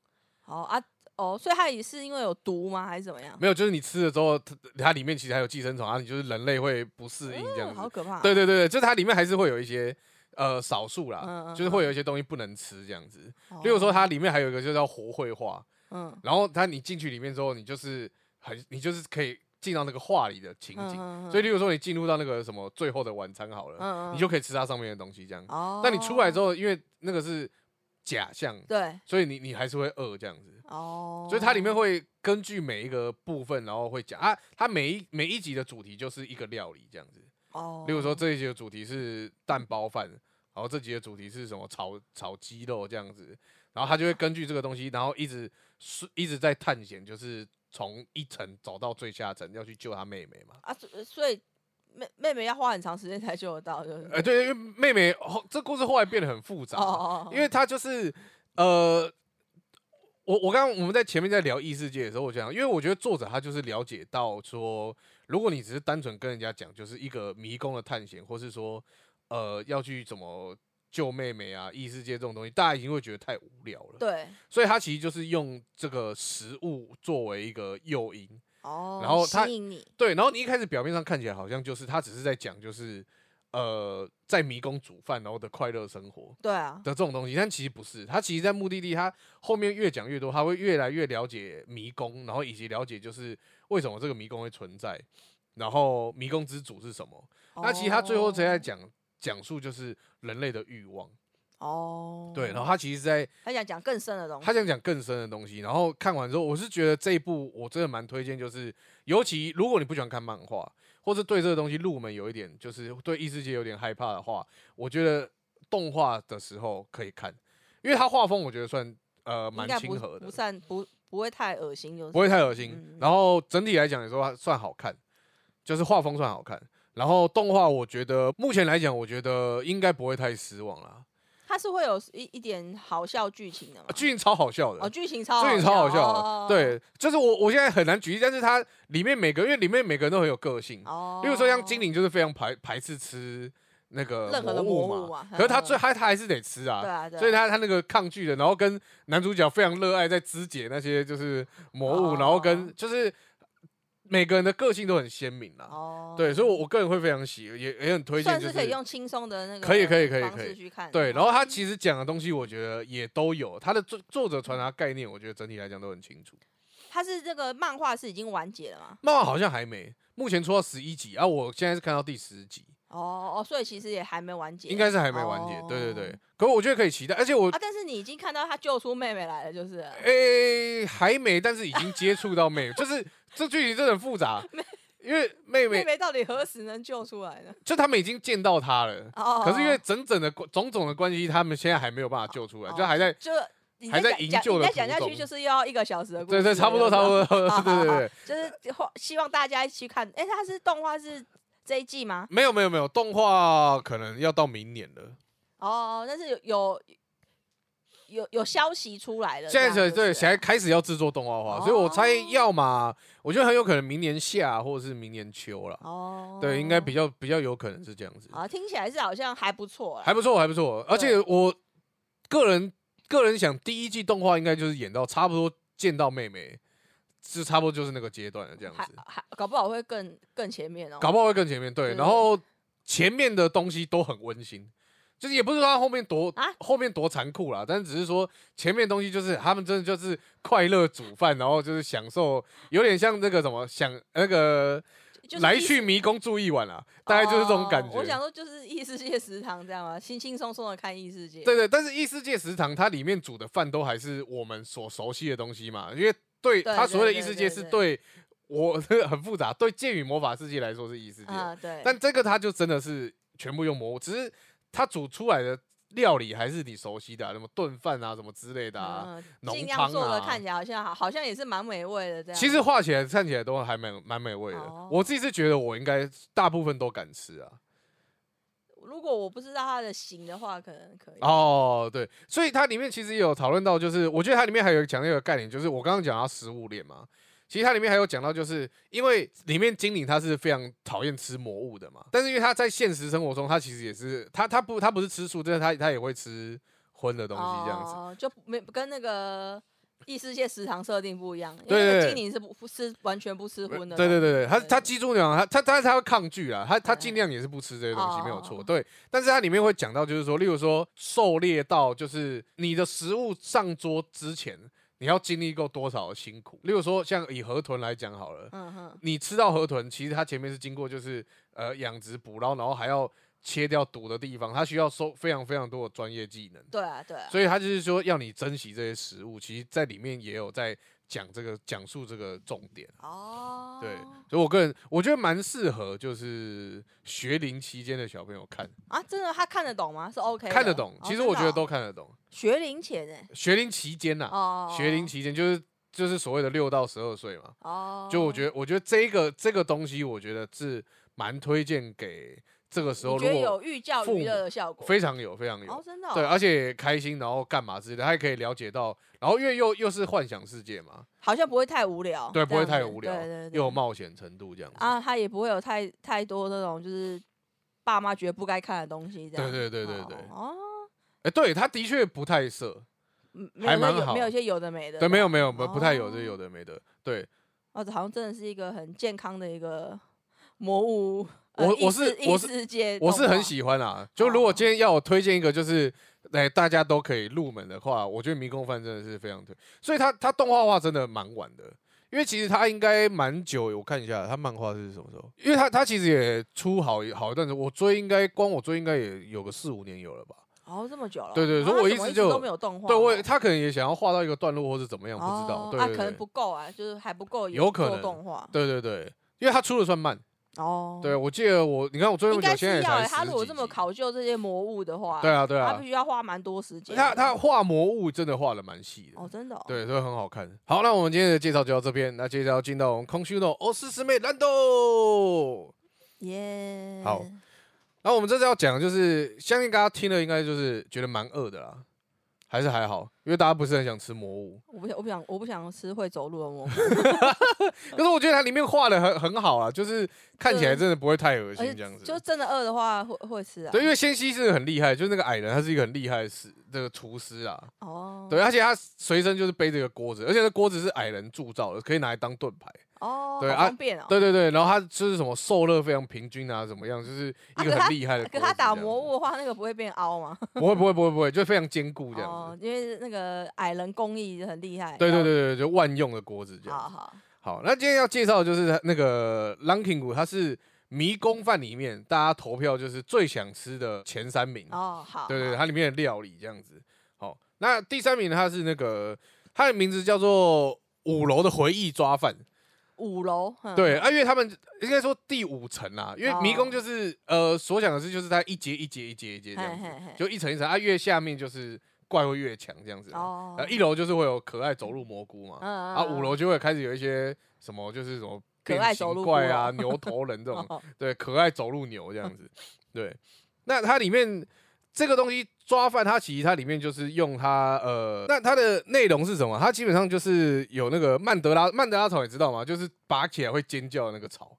Speaker 2: 哦啊，哦，所以它也是因为有毒吗？还是怎么样？
Speaker 1: 没有，就是你吃了之后，它它里面其实还有寄生虫，然啊后你就是人类会不适应这样
Speaker 2: 嗯
Speaker 1: 子，
Speaker 2: 好可怕。
Speaker 1: 对对对，就是它里面还是会有一些呃少数啦，
Speaker 2: 嗯嗯
Speaker 1: 就是会
Speaker 2: 嗯
Speaker 1: 有一些东西不能吃这样子。
Speaker 2: 哦，
Speaker 1: 例如说，它里面还有一个就叫活绘画，
Speaker 2: 嗯，
Speaker 1: 然后它你进去里面之后，你就是很你就是可以进到那个画里的情
Speaker 2: 嗯
Speaker 1: 景。
Speaker 2: 嗯
Speaker 1: 所以，例如说你进入到那个什么最后的晚餐好了，
Speaker 2: 嗯嗯
Speaker 1: 你就可以吃它上面的东西这样。
Speaker 2: 哦，
Speaker 1: 那你出来之
Speaker 2: 后，
Speaker 1: 后，因为那个是假象，
Speaker 2: 哦对，
Speaker 1: 所以你你还是会饿这样子。
Speaker 2: 哦，
Speaker 1: 所以它里面会根据每一个部分，然后会讲啊，它每一每一集的主题就是一个料理这样子。
Speaker 2: 哦，
Speaker 1: 例如说这一集的主题是蛋包饭，然后这集的主题是什么炒炒鸡肉这样子，然后他就会根据这个东西，然后一直是一直在探险，就是从一层走到最下层，要去救他妹妹嘛。
Speaker 2: 啊，所所以妹妹妹要花很长时间才救得到，就是
Speaker 1: 呃，对，因为妹妹后这故事后来变得很复杂
Speaker 2: 哦，哦哦，
Speaker 1: 因为他就是呃，我我刚刚我们在前面在聊异世界的时候，我讲，因为我觉得作者他就是了解到说，如果你只是单纯跟人家讲，就是一个迷宫的探险，或是说呃要去怎么救妹妹啊，异世界这种东西，大家已经会觉得太无聊了。
Speaker 2: 对，
Speaker 1: 所以他其实就是用这个食物作为一个诱因，
Speaker 2: 哦，
Speaker 1: 然后它
Speaker 2: 吸引你，
Speaker 1: 对，然后你一开始表面上看起来好像就是他只是在讲就是。呃，在迷宫煮饭，然后的快乐生活，
Speaker 2: 对 啊，
Speaker 1: 的这种东西，但其实不是。他其实，在目的地，他后面越讲越多，他会越来越了解迷宫，然后以及了解就是为什么这个迷宫会存在，然后迷宫之主是什么。那其实他最后是在
Speaker 2: 哦
Speaker 1: 讲讲述就是人类的欲望，
Speaker 2: 哦，
Speaker 1: 对。然后他其实在
Speaker 2: 他想讲更深的东西，
Speaker 1: 他想讲更深的东西。然后看完之后，我是觉得这一部我真的蛮推荐，就是尤其如果你不喜欢看漫画，或是对这个东西入门有一点就是对异世界有点害怕的话，我觉得动画的时候可以看，因为它画风我觉得算呃
Speaker 2: 应
Speaker 1: 蛮
Speaker 2: 该不
Speaker 1: 亲和的
Speaker 2: 不，算不不会太恶心，就是
Speaker 1: 不会太恶心
Speaker 2: 嗯。
Speaker 1: 然后整体来讲也说算好看，就是画风算好看。然后动画，我觉得目前来讲，我觉得应该不会太失望啦。
Speaker 2: 它是会有一一点好笑剧情的嘛
Speaker 1: 啊，剧情超好笑的，
Speaker 2: 哦，剧情超
Speaker 1: 这也超好笑的。
Speaker 2: 哦，
Speaker 1: 对，就是我我现在很难举例，但是它里面每个，因为里面每个人都很有个性。
Speaker 2: 哦，
Speaker 1: 例如说像精灵就是非常排排斥吃那个
Speaker 2: 任何的
Speaker 1: 魔
Speaker 2: 魔
Speaker 1: 物
Speaker 2: 物
Speaker 1: 嘛
Speaker 2: 嘛，
Speaker 1: 可是他
Speaker 2: 嗯
Speaker 1: 最他他还是得吃
Speaker 2: 对
Speaker 1: 啊。
Speaker 2: 啊，对啊，
Speaker 1: 所以他他那个抗拒的，然后跟男主角非常热爱在肢解那些就是魔物，
Speaker 2: 哦
Speaker 1: 然后跟就是每个人的个性都很鲜明啦。
Speaker 2: 哦，
Speaker 1: 对，所以我我个人会非常喜，也也很推荐，
Speaker 2: 算
Speaker 1: 就是
Speaker 2: 可以用轻松的那个
Speaker 1: 可以可以可以
Speaker 2: 方
Speaker 1: 可以
Speaker 2: 式去看，
Speaker 1: 对，然后他
Speaker 2: 实
Speaker 1: 其实讲的东西，我觉得也都有，他的作作者传达概念，我觉得整体来讲都很清楚。
Speaker 2: 它是这个漫画是已经完结了嘛？
Speaker 1: 漫画好像还没，目前出到十一集啊，我现在是看到第十集，
Speaker 2: 哦哦，所以其实也还没完结，
Speaker 1: 应该是还没完结。
Speaker 2: 哦
Speaker 1: 对对对，可我觉得可以期待，而且我
Speaker 2: 啊，但是你已经看到他救出妹妹来了，就是了
Speaker 1: 诶、还没，但是已经接触到妹，就是这剧情真的很复 杂，因为 妹
Speaker 2: 妹
Speaker 1: 妹
Speaker 2: 妹到底何时能救出来呢？
Speaker 1: 就他们已经见到她了，
Speaker 2: 哦，
Speaker 1: 可是因为整整的种种的关系，他们现在还没有办法救出来，就
Speaker 2: 哦
Speaker 1: 还在。
Speaker 2: 就你
Speaker 1: 还
Speaker 2: 再
Speaker 1: 在
Speaker 2: 讲
Speaker 1: 营
Speaker 2: 讲
Speaker 1: 救
Speaker 2: 你
Speaker 1: 的
Speaker 2: 再讲
Speaker 1: 途
Speaker 2: 下去
Speaker 1: 中
Speaker 2: 就是要一个小时的故
Speaker 1: 对
Speaker 2: 事了，啊
Speaker 1: 对，差不多差不
Speaker 2: 多，
Speaker 1: 多，对 对对 对。
Speaker 2: 哦就是或希望大家一起看。哎，它是动画是这一季吗？
Speaker 1: 没有没有没有，动画可能要到明年了。
Speaker 2: 哦，但是有有有有消息出来了，
Speaker 1: 现在
Speaker 2: 这
Speaker 1: 才
Speaker 2: 样就
Speaker 1: 对，
Speaker 2: 是
Speaker 1: 现在开始要制作动画化，所以我猜
Speaker 2: 哦
Speaker 1: 要么，我觉得很有可能明年夏或者是明年秋了。
Speaker 2: 哦，
Speaker 1: 对，应该比较比较有可能是这样子，
Speaker 2: 啊，听起来是好像还不错啦，
Speaker 1: 还不错还不错。而且我个人个人想，第一季动画应该就是演到差不多见到妹妹，是差不多就是那个阶段了这样
Speaker 2: 还
Speaker 1: 子，
Speaker 2: 还搞不好会更更前面哦，
Speaker 1: 搞不好会更前面。对，
Speaker 2: 对
Speaker 1: 然后前面的东西都很温馨。就是也不是说他后面多、
Speaker 2: 啊
Speaker 1: 后面多残酷啦，但只是说前面的东西就是他们真的就是快乐煮饭，然后就是享受，有点像那个什么想那个
Speaker 2: 就是
Speaker 1: 来
Speaker 2: 意思
Speaker 1: 去迷宫住一晚啦，啊大概就是这种感觉。
Speaker 2: 哦我想说就是异世界食堂这样啊，轻轻松松的看异世界，
Speaker 1: 对对，但是异世界食堂它里面煮的饭都还是我们所熟悉的东西嘛，因为对
Speaker 2: 对
Speaker 1: 它所谓的
Speaker 2: 对
Speaker 1: 异世
Speaker 2: 对
Speaker 1: 界
Speaker 2: 对
Speaker 1: 是
Speaker 2: 对
Speaker 1: 对我 很复杂，对剑与魔法世界来说是异世界，
Speaker 2: 啊对，
Speaker 1: 但这个它就真的是全部用魔物，只是它煮出来的料理还是你熟悉的、啊，什么炖饭啊，什么之类的啊。
Speaker 2: 嗯
Speaker 1: 浓
Speaker 2: 尽
Speaker 1: 汤
Speaker 2: 量做
Speaker 1: 啊
Speaker 2: 的看起来好像好，好像也是蛮美味的这样。
Speaker 1: 其实画起来看起来都还蛮蛮美味的，
Speaker 2: 哦
Speaker 1: 我自己是觉得我应该大部分都敢吃啊。
Speaker 2: 如果我不知道它的型的话，可能可以。
Speaker 1: 哦，对，所以它里面其实也有讨论到，就是我觉得它里面还有讲到一个概念，就是我刚刚讲到食物链嘛，其实它里面还有讲到，就是因为里面精灵它是非常讨厌吃魔物的嘛，但是因为它在现实生活中，它其实也是它它不它不是吃素，但是它它也会吃荤的东西这样子。
Speaker 2: 哦，就没跟那个异世界食堂设定不一样。因
Speaker 1: 对
Speaker 2: 为那个
Speaker 1: 对呃
Speaker 2: 精灵是不不吃完全不吃荤的。
Speaker 1: 对对对对，它它
Speaker 2: 对
Speaker 1: 基蛛鸟，它它但是它会抗拒啦，它它
Speaker 2: 对
Speaker 1: 尽量也是不吃这些东西，没有错。
Speaker 2: 哦
Speaker 1: 对，但是它里面会讲到，就是说，例如说狩猎到，就是你的食物上桌之前，你要经历过多少的辛苦。例如说，像以河豚来讲好了，
Speaker 2: 嗯哼，
Speaker 1: 你吃到河豚，其实它前面是经过就是呃养殖捕捞，然后还要切掉毒的地方，它需要收非常非常多的专业技能。
Speaker 2: 对啊，对啊，
Speaker 1: 所以他就是说要你珍惜这些食物，其实在里面也有在讲这个讲述这个重点。
Speaker 2: 哦，
Speaker 1: 对，所以我个人我觉得蛮适合就是学龄期间的小朋友看，
Speaker 2: 啊，真的他看得懂吗？是 OK，的
Speaker 1: 看得懂
Speaker 2: 哦。
Speaker 1: 其实
Speaker 2: 真的
Speaker 1: 我觉得
Speaker 2: 哦
Speaker 1: 都看得懂。
Speaker 2: 学龄前哎，
Speaker 1: 学龄期间呐，
Speaker 2: 哦，
Speaker 1: 学龄期间就是就是所谓的六到十二岁嘛。
Speaker 2: 哦，
Speaker 1: 就我觉得，我觉得这个这个东西，我觉得是蛮推荐给这个时候，如
Speaker 2: 你觉得
Speaker 1: 果
Speaker 2: 有寓教
Speaker 1: 父
Speaker 2: 于乐
Speaker 1: 母
Speaker 2: 的效果，
Speaker 1: 非常有非常有
Speaker 2: 哦，，真的哦
Speaker 1: 对，啊而且开心，然后干嘛之类的，他也可以了解到，然后因为又又是幻想世界嘛，
Speaker 2: 好像不会太无聊，
Speaker 1: 对，
Speaker 2: 哦这
Speaker 1: 不会
Speaker 2: 样
Speaker 1: 太
Speaker 2: 子
Speaker 1: 无聊，
Speaker 2: 对对对，
Speaker 1: 又有冒险程度这样子。
Speaker 2: 啊，他也不会有太太多那种就是爸妈觉得不该看的东西，这样。
Speaker 1: 对对对对对
Speaker 2: 哦，
Speaker 1: 哎，对，他的确不太色，
Speaker 2: 嗯
Speaker 1: 还
Speaker 2: 没有
Speaker 1: 蛮
Speaker 2: 那有没有
Speaker 1: 好
Speaker 2: 一些有的没的，
Speaker 1: 对，没有没有不不太有这
Speaker 2: 哦
Speaker 1: 有的没的，对
Speaker 2: 哦，这好像真的是一个很健康的一个魔物。呃
Speaker 1: 我我是我是
Speaker 2: 世界，
Speaker 1: 我是很喜欢啊。
Speaker 2: 哦
Speaker 1: 就如果今天要我推荐一个，就是哎大家都可以入门的话，我觉得《迷宫饭》真的是非常推，所以他他动画化真的蛮晚的。因为其实他应该蛮久，我看一下他漫画是什么时候？因为他他其实也出好一好一段时间，我追应该光我追应该也有个四五年有了吧。
Speaker 2: 哦这么久了，
Speaker 1: 对对
Speaker 2: 啊
Speaker 1: 所以
Speaker 2: 那
Speaker 1: 我
Speaker 2: 怎
Speaker 1: 一
Speaker 2: 么
Speaker 1: 直
Speaker 2: 一
Speaker 1: 就
Speaker 2: 都没有动画呢，啊
Speaker 1: 对，我也他可能也想要画到一个段落或是怎么样，不知道。
Speaker 2: 哦
Speaker 1: 对
Speaker 2: 啊，
Speaker 1: 对
Speaker 2: 可
Speaker 1: 对
Speaker 2: 能不够啊，就是还不够
Speaker 1: 有可
Speaker 2: 做
Speaker 1: 能
Speaker 2: 动画
Speaker 1: 对对对，因为他出的算慢。
Speaker 2: 哦。
Speaker 1: 对，我记得我，你看我追那
Speaker 2: 应
Speaker 1: 么久，
Speaker 2: 该
Speaker 1: 现在
Speaker 2: 是
Speaker 1: 也
Speaker 2: 要
Speaker 1: 才
Speaker 2: 欸
Speaker 1: 十
Speaker 2: 他如果
Speaker 1: 几
Speaker 2: 这么
Speaker 1: 集
Speaker 2: 考究这些魔物的话，
Speaker 1: 对啊对
Speaker 2: 他
Speaker 1: 啊
Speaker 2: 必，须要花蛮多时间的。
Speaker 1: 他他画魔物真的画的蛮细的
Speaker 2: 哦，。真的哦
Speaker 1: 对，所以很好看。好，那我们今天的介绍就到这边，那接下来要进到我们空虚的欧斯师妹兰豆。
Speaker 2: 耶，
Speaker 1: 好那我们这次要讲的就是，相信大家听了应该就是觉得蛮饿的啦，还是还好，因为大家不是很想吃魔物。
Speaker 2: 我不想，我不想，我不想吃会走路的蘑菇，
Speaker 1: 可是我觉得它里面画的很很好啊，就是看起来
Speaker 2: 嗯对
Speaker 1: 真的不会太恶
Speaker 2: 而
Speaker 1: 心这样
Speaker 2: 且
Speaker 1: 子。
Speaker 2: 就真的饿的话会会吃啊。
Speaker 1: 对，因为仙溪是很厉害，就是那个矮人，他是一个很厉害的师，这个厨师啊。
Speaker 2: 哦，
Speaker 1: 对，而且他随身就是背着一个锅子，而且那锅子是矮人铸造的，可以拿来当盾牌。
Speaker 2: 哦，
Speaker 1: 对
Speaker 2: 好
Speaker 1: 啊
Speaker 2: 方便哦。
Speaker 1: 对对对，然后他就是什么受热非常平均啊，怎么样，就是一个
Speaker 2: 啊可他
Speaker 1: 很 厉害的锅子这
Speaker 2: 可
Speaker 1: 样子。
Speaker 2: 他打魔物的话，那个不会变凹吗？
Speaker 1: 不会不会不会 不会，就非常坚固这样
Speaker 2: 哦
Speaker 1: 子。，
Speaker 2: 因为那个矮人工艺很厉害。
Speaker 1: 对对对对，就万用的锅子这
Speaker 2: 要，
Speaker 1: 样
Speaker 2: 好
Speaker 1: 子。
Speaker 2: 好
Speaker 1: 好，那今天要介绍的就是那个 Lanking 谷，它是迷宫饭里面大家投票就是最想吃的前三名。
Speaker 2: 哦，好，
Speaker 1: 对对，对
Speaker 2: 好
Speaker 1: 它里面的料理这样子。好，那第三名它是那个，它的名字叫做五楼的回忆抓饭。
Speaker 2: 五楼，哼
Speaker 1: 对，啊，因为他们应该说第五层啦，因为迷宫
Speaker 2: 哦
Speaker 1: 就是呃所想的是就是它一阶一阶一阶一阶这样子
Speaker 2: 嘿嘿嘿，
Speaker 1: 就一层一层，啊，越下面就是怪会越强这样子。
Speaker 2: 哦
Speaker 1: 呃，，一楼就是会有可爱走路蘑菇嘛，
Speaker 2: 嗯
Speaker 1: 啊，五楼就会开始有一些什么，就是什么
Speaker 2: 可
Speaker 1: 变
Speaker 2: 爱走
Speaker 1: 形
Speaker 2: 路
Speaker 1: 怪
Speaker 2: 菇
Speaker 1: 啊、
Speaker 2: 哦
Speaker 1: 牛头人这
Speaker 2: 这
Speaker 1: 种， 对，可爱走路牛这样子，对。那它里面这个东西抓饭，它其实它里面就是用它呃，那它的内容是什么？它基本上就是有那个曼德拉曼德拉草，你知道吗？就是拔起来会尖叫的那个草，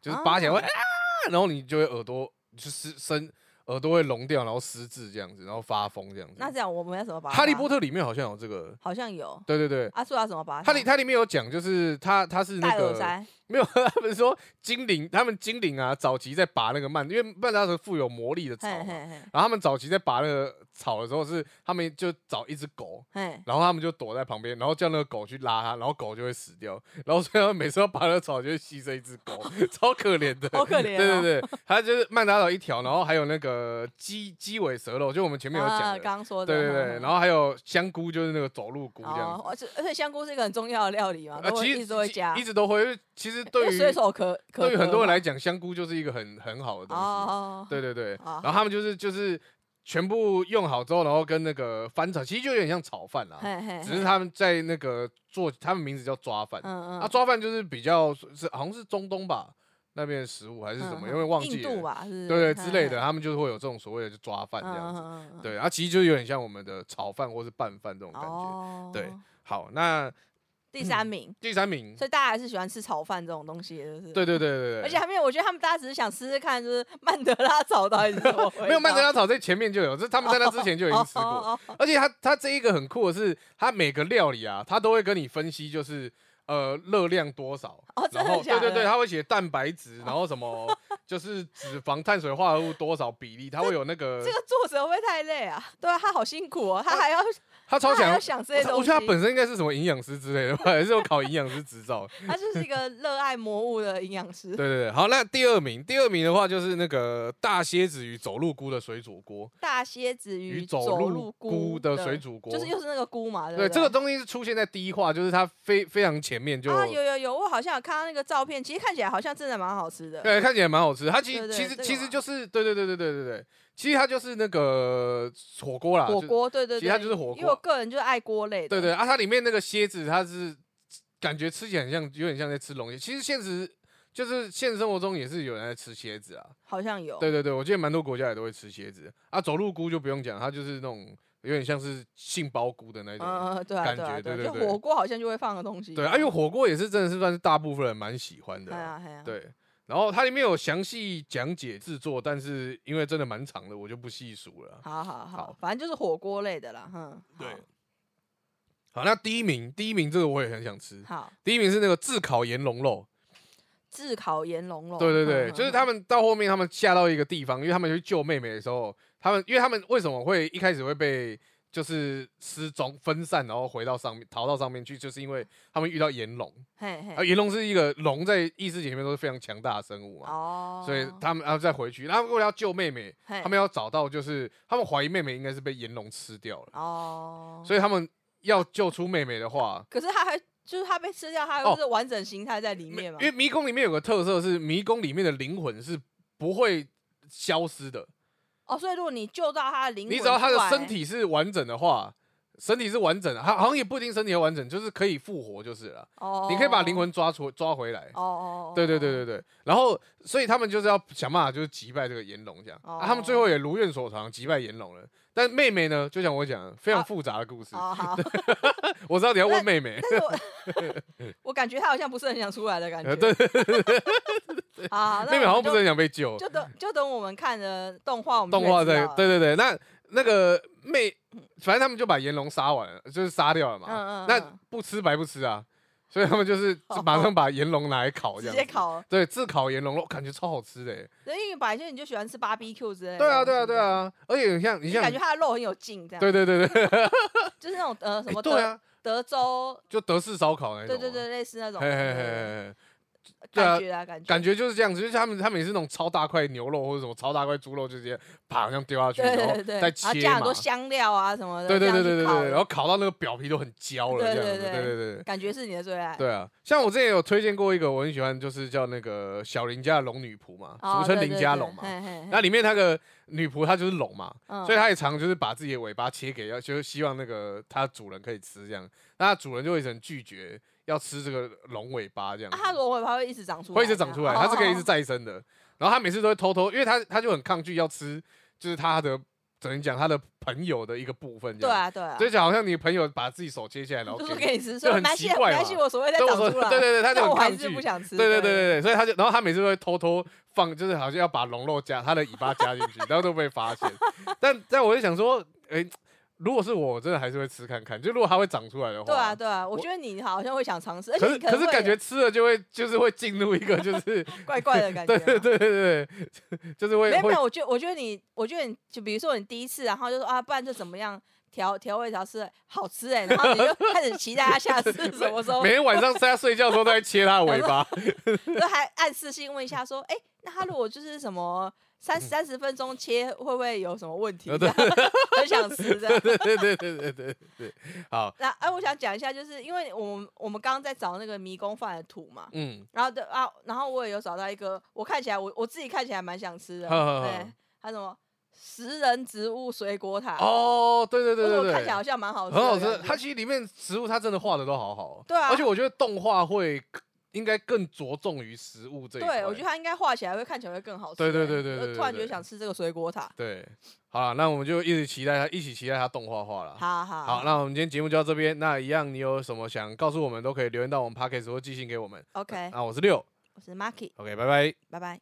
Speaker 1: 就是拔起来会
Speaker 2: 哦
Speaker 1: 啊，然后你就会耳朵就是身耳朵会聋掉，然后失智这样子，然后发疯这样子。
Speaker 2: 嗯那这样我们要怎么把它？
Speaker 1: 哈利波特里面好像有这个，
Speaker 2: 好像有，
Speaker 1: 对对对，
Speaker 2: 阿树要怎么把它？
Speaker 1: 它里它里面有讲，就是它它是那
Speaker 2: 啊戴耳
Speaker 1: 个
Speaker 2: 塞，
Speaker 1: 没有， 他们说精灵，他们精灵啊，早期在拔那个曼，因为曼达是富有魔力的草啊
Speaker 2: 嘿
Speaker 1: 嘛，
Speaker 2: 嘿嘿
Speaker 1: 然后他们早期在拔那个草的时候是，他们就找一只狗，
Speaker 2: 嘿，
Speaker 1: 然后他们就躲在旁边，然后叫那个狗去拉它，然后狗就会死掉，然后所以他们每次要拔那个草就会牺牲一只 狗，超可怜的。
Speaker 2: 好可怜哦。
Speaker 1: 对对对，它就是曼达岛一条，然后还有那个鸡鸡尾蛇肉，就我们前面有
Speaker 2: 啊
Speaker 1: 讲的，
Speaker 2: 刚刚说的，
Speaker 1: 对对
Speaker 2: 哼
Speaker 1: 对，
Speaker 2: 哼
Speaker 1: 然后还有香菇，就是那个走路菇这样子
Speaker 2: 哦，。而且而且香菇是一个很重要的料理嘛，
Speaker 1: 啊，
Speaker 2: 都会
Speaker 1: 其
Speaker 2: 一
Speaker 1: 实
Speaker 2: 直都会
Speaker 1: 其
Speaker 2: 加
Speaker 1: 一，直都会。因为其实对
Speaker 2: 因为
Speaker 1: 于
Speaker 2: 随手可可
Speaker 1: 对于很
Speaker 2: 得
Speaker 1: 多人
Speaker 2: 嘛
Speaker 1: 来讲，香菇就是一个很很好的东西。
Speaker 2: 哦，
Speaker 1: 对对对，
Speaker 2: 好
Speaker 1: 然后他们就是就是全部用好之后，然后跟那个翻炒，其实就有点像炒饭啦，
Speaker 2: 嘿嘿，
Speaker 1: 啊只是他们在那个做，他们名字叫抓饭。
Speaker 2: 嗯
Speaker 1: 啊，抓饭就是比较是好像是中东吧那边的食物还是
Speaker 2: 嗯
Speaker 1: 什么，因为忘记
Speaker 2: 印度
Speaker 1: 了，
Speaker 2: 吧，是
Speaker 1: 对对之类的，，他们就会有这种所谓的就抓饭
Speaker 2: 嘿嘿
Speaker 1: 这样子。
Speaker 2: 嗯嗯嗯嗯
Speaker 1: 对，啊，其实就有点像我们的炒饭或是拌饭这种感觉。
Speaker 2: 哦，
Speaker 1: 对，嗯好，那
Speaker 2: 第三名，
Speaker 1: 第三名，
Speaker 2: 所以大家还是喜欢吃炒饭这种东西，就是
Speaker 1: 对。对对对对，
Speaker 2: 而且还没有，我觉得他们大家只是想吃吃看，就是 曼德拉草到底是什么味 道？
Speaker 1: 没有曼德拉草在前面就有，这他们在那之前就已经吃过。
Speaker 2: 哦哦哦
Speaker 1: 而且它它这一个很酷的是，它每个料理啊，它都会跟你分析，就是呃热量多少，
Speaker 2: 哦真
Speaker 1: 然
Speaker 2: 的
Speaker 1: 后
Speaker 2: 假
Speaker 1: 对
Speaker 2: 的
Speaker 1: 对对，它会写蛋白质，然后什 么就是脂肪、碳水化合物多少比例，它会有那个
Speaker 2: 这个作者会不会太累啊？对啊，他好辛苦哦，他还要
Speaker 1: 他超
Speaker 2: 他还
Speaker 1: 强
Speaker 2: 要。想这些
Speaker 1: 我
Speaker 2: 东
Speaker 1: 我
Speaker 2: 西
Speaker 1: 觉得，他本身应该是什么营养师之类 的吧，还是有考营养师执照。
Speaker 2: 他就是一个热爱魔物的营养师
Speaker 1: 对。对对，好，那第二名，第二名的话就是那个大蝎子与走路菇的水煮锅，
Speaker 2: 大蝎子与
Speaker 1: 与走路菇的水煮锅，
Speaker 2: 就是又是那个菇嘛，
Speaker 1: 对
Speaker 2: 不
Speaker 1: 这个东西是出现在第一话，就是它非非常前面就
Speaker 2: 啊，有有有，我好像有看到那个照片，其实看起来好像真的蛮好吃的。
Speaker 1: 对，看起来蛮好吃。它其
Speaker 2: 对
Speaker 1: 实
Speaker 2: 对
Speaker 1: 其实其
Speaker 2: 这个啊
Speaker 1: 实
Speaker 2: 嘛
Speaker 1: 就是对对对对对对对，其实它就是那个火锅啦，
Speaker 2: 火
Speaker 1: 啊就
Speaker 2: 锅，对对对，
Speaker 1: 其实它就是火锅
Speaker 2: 因为我个人就是爱锅类的。
Speaker 1: 对对啊，它里面那个蝎子，它是感觉吃起来很像，有点像在吃龙蝎。其实现实就是现实生活中也是有人在吃蝎子啊。
Speaker 2: 好像有。
Speaker 1: 对对对，我记得蛮多国家也都会吃蝎子啊。走路菇就不用讲，它就是那种有点像是杏鲍菇的那种。
Speaker 2: 嗯，嗯对啊，
Speaker 1: 感
Speaker 2: 对啊，
Speaker 1: 觉
Speaker 2: 对啊，
Speaker 1: 对
Speaker 2: 就
Speaker 1: 对对
Speaker 2: 火锅好像就会放的东西。
Speaker 1: 对啊，因为火锅也是真的是算是大部分人蛮喜欢的
Speaker 2: 哎
Speaker 1: 啊、
Speaker 2: 呀哎呀，
Speaker 1: 对，然后它里面有详细讲解制作，但是因为真的蛮长的，我就不细数了啊。
Speaker 2: 好好
Speaker 1: 好
Speaker 2: 好，反正就是火锅类的啦，哼。
Speaker 1: 对，好，那第一名，第一名这个我也很想吃。
Speaker 2: 好，好，
Speaker 1: 第一名是那个炙烤盐龙肉，
Speaker 2: 炙烤盐龙肉。
Speaker 1: 对对对，
Speaker 2: 哼
Speaker 1: 就是
Speaker 2: 哼
Speaker 1: 他
Speaker 2: 哼
Speaker 1: 们到后面，他们下到一个地方，因为他们去救妹妹的时候，他们因为他们为什么会一开始会被就是失踪分散，然后回到上面逃到上面去，就是因为他们遇到炎龙，
Speaker 2: 嘿
Speaker 1: 而
Speaker 2: 嘿
Speaker 1: 炎龙是一个龙在异世界里面都是非常强大的生物嘛，
Speaker 2: 哦，
Speaker 1: 所以他们然后再回去，他们为了要救妹妹，
Speaker 2: 他
Speaker 1: 他们要找到就是他们怀疑妹妹应该是被炎龙吃掉了，
Speaker 2: 哦，
Speaker 1: 所以他们要救出妹妹的话，
Speaker 2: 可是他还就是他被吃掉，他还
Speaker 1: 哦
Speaker 2: 不是完整形态在里面嘛
Speaker 1: 因？为迷宫里面有个特色是迷宫里面的灵魂是不会消失的。
Speaker 2: 哦，所以如果你救到他的灵魂
Speaker 1: 你
Speaker 2: 出
Speaker 1: 只要
Speaker 2: 来，
Speaker 1: 他的身体是完整的话，身体是完整的，好好像也不一定身体完整，就是可以复活就是了啦。
Speaker 2: 哦，
Speaker 1: 你可以把灵魂抓出抓回来。
Speaker 2: 哦哦，
Speaker 1: 对对对对对，然后所以他们就是要想办法，就是击败这个炎龙这样、
Speaker 2: 哦
Speaker 1: 啊。他们最后也如愿所偿，击败炎龙了。但妹妹呢，就像我讲，非常
Speaker 2: 啊
Speaker 1: 复杂的故事。
Speaker 2: 哦好，
Speaker 1: 我知道你要问妹妹，
Speaker 2: 但是我我 感觉他好像不是很想出来的感觉，
Speaker 1: 呃 对，
Speaker 2: 啊，那
Speaker 1: 妹妹好像
Speaker 2: 我们
Speaker 1: 不是很想被救。
Speaker 2: 就就等就等我们看了动画，我们
Speaker 1: 动画在，
Speaker 2: 在
Speaker 1: 对对对，那那个妹，反正他们就把炎龙杀完了，就是杀掉了嘛。
Speaker 2: 嗯嗯
Speaker 1: 那
Speaker 2: 嗯
Speaker 1: 不吃白不吃啊，所以他们 就是
Speaker 2: 哦
Speaker 1: 马上把炎龙拿来烤，这
Speaker 2: 直
Speaker 1: 样
Speaker 2: 接
Speaker 1: 子。
Speaker 2: 烤，
Speaker 1: 对，自烤炎龙肉感觉超好吃的欸。
Speaker 2: 因为本来就你就喜欢吃 BBQ 之类的，
Speaker 1: 对啊，对啊，对，啊，而且你像你
Speaker 2: 你
Speaker 1: 像
Speaker 2: 感，觉它的肉很有劲，这样，
Speaker 1: 对对对对，
Speaker 2: 就是那种呃什
Speaker 1: 哎
Speaker 2: 么
Speaker 1: 对
Speaker 2: 德
Speaker 1: 啊，
Speaker 2: 德州，
Speaker 1: 就德式烧烤那种
Speaker 2: 对
Speaker 1: 啊。
Speaker 2: 对对，类似那种
Speaker 1: 嘿嘿嘿
Speaker 2: 对
Speaker 1: 嘿嘿，对啊
Speaker 2: 感觉啊感觉
Speaker 1: 感觉就是这样子，就是他们他们也是那种超大块牛肉或者什么超大块猪肉，就直接啪这样丢下去，
Speaker 2: 对
Speaker 1: 然后
Speaker 2: 对
Speaker 1: 再
Speaker 2: 对，然后
Speaker 1: 切
Speaker 2: 加
Speaker 1: 嘛
Speaker 2: 很。多香料啊什么的，
Speaker 1: 对对
Speaker 2: 这
Speaker 1: 对
Speaker 2: 样
Speaker 1: 对对
Speaker 2: 去烤
Speaker 1: 对，然后烤到那个表皮都很焦了，
Speaker 2: 对
Speaker 1: 这样
Speaker 2: 对
Speaker 1: 子。
Speaker 2: 对
Speaker 1: 对对对。
Speaker 2: 感觉是你的最爱，
Speaker 1: 对啊，像我之前有推荐过一个我很喜欢，就是叫那个小林家的龙女仆嘛，
Speaker 2: 哦，
Speaker 1: 俗称
Speaker 2: 对
Speaker 1: 林
Speaker 2: 对
Speaker 1: 家
Speaker 2: 对
Speaker 1: 龙嘛。
Speaker 2: 嘿嘿嘿
Speaker 1: 那里面那个女仆她就是龙嘛，
Speaker 2: 嗯
Speaker 1: 所以她也常就是把自己的尾巴切给要，就是希望那个她主人可以吃这样。那她主人就会很拒绝要吃这个龙尾巴这样
Speaker 2: 啊，
Speaker 1: 子，
Speaker 2: 它如果尾巴会一直长出来，
Speaker 1: 会一直长出来，
Speaker 2: 这样
Speaker 1: 它是可以一直
Speaker 2: 哦
Speaker 1: 再生的。然后她每次都会偷偷，因为她她就很抗拒要吃，就是她的怎么讲，她的朋友的一个部分这
Speaker 2: 对
Speaker 1: 样。
Speaker 2: 啊对啊，
Speaker 1: 就讲好像你朋友把自己手切下 来，然后给
Speaker 2: 就是
Speaker 1: 你
Speaker 2: 给你吃，
Speaker 1: 就
Speaker 2: 所以
Speaker 1: 很
Speaker 2: 没关
Speaker 1: 奇
Speaker 2: 系，没
Speaker 1: 怪
Speaker 2: 关系，
Speaker 1: 嘛
Speaker 2: 我所谓再
Speaker 1: 对我
Speaker 2: 长
Speaker 1: 说
Speaker 2: 出来，
Speaker 1: 对对对，他就
Speaker 2: 但
Speaker 1: 很
Speaker 2: 我还
Speaker 1: 抗
Speaker 2: 是
Speaker 1: 拒
Speaker 2: 不。想吃，
Speaker 1: 对对对对对，所以他就，然后他每次都会偷偷放，就是好像要把龙肉加他的尾巴加进去，然后都被发现。但但我就想说，哎，如果是我，我真的还是会吃看看。就如果它会长出来的话，
Speaker 2: 对啊对啊，我
Speaker 1: 我
Speaker 2: 觉得你好像会想尝试，而且
Speaker 1: 可
Speaker 2: 你
Speaker 1: 是可
Speaker 2: 能
Speaker 1: 是
Speaker 2: 会
Speaker 1: 感觉吃了就会就是会进入一个就是
Speaker 2: 怪怪 的感觉
Speaker 1: 对对
Speaker 2: 啊，
Speaker 1: 对对对，对就是会
Speaker 2: 没有没
Speaker 1: 会
Speaker 2: 有，我觉得我觉得你，我觉得你就比如说你第一次，然后就说啊，不然这怎么样调调味调是好吃哎、然后你就开始期待他 下次什么时候
Speaker 1: 每，天晚上在他睡觉的时候都在切他的尾巴。
Speaker 2: 就还暗示性问一下说，哎、那他如果就是什么三三十分钟切，会不会有什么问题？
Speaker 1: 呃
Speaker 2: 这
Speaker 1: 嗯对
Speaker 2: 样很想吃这样。
Speaker 1: 对对对对对对对，好，
Speaker 2: 那哎、我想讲一下，就是因为我们我们刚刚在找那个迷宫饭的图嘛，
Speaker 1: 嗯，
Speaker 2: 然后的啊，然后我也有找到一个，我看起来我我自己看起来蛮想吃的，
Speaker 1: 呵呵呵
Speaker 2: 对，它什么食人植物水果塔
Speaker 1: 哦，对对对
Speaker 2: 为什
Speaker 1: 对
Speaker 2: 么
Speaker 1: 对，
Speaker 2: 看起来好像蛮好吃的
Speaker 1: 很好
Speaker 2: 哦感觉，
Speaker 1: 吃。它其实里面食物它真的画的都好好哦，
Speaker 2: 对啊
Speaker 1: 而且我觉得动画会应该更着重于食物这一块。
Speaker 2: 对，我觉得它应该画起来会看起来会更好吃
Speaker 1: 哎对
Speaker 2: 欸。
Speaker 1: 对对对
Speaker 2: 就
Speaker 1: 对对
Speaker 2: 突然觉
Speaker 1: 对
Speaker 2: 得想吃这个水果塔。
Speaker 1: 对。好了，那我们就一直期待它，一起期待它动画化了。
Speaker 2: 好好
Speaker 1: 好，那我们今天节目就到这边。那一样，你有什么想告诉我们，都可以留言到我们 p o c k e t 或寄信给我们。
Speaker 2: OK，
Speaker 1: 那我是六
Speaker 2: 我是 Marky，
Speaker 1: ，OK，拜拜。
Speaker 2: 拜拜。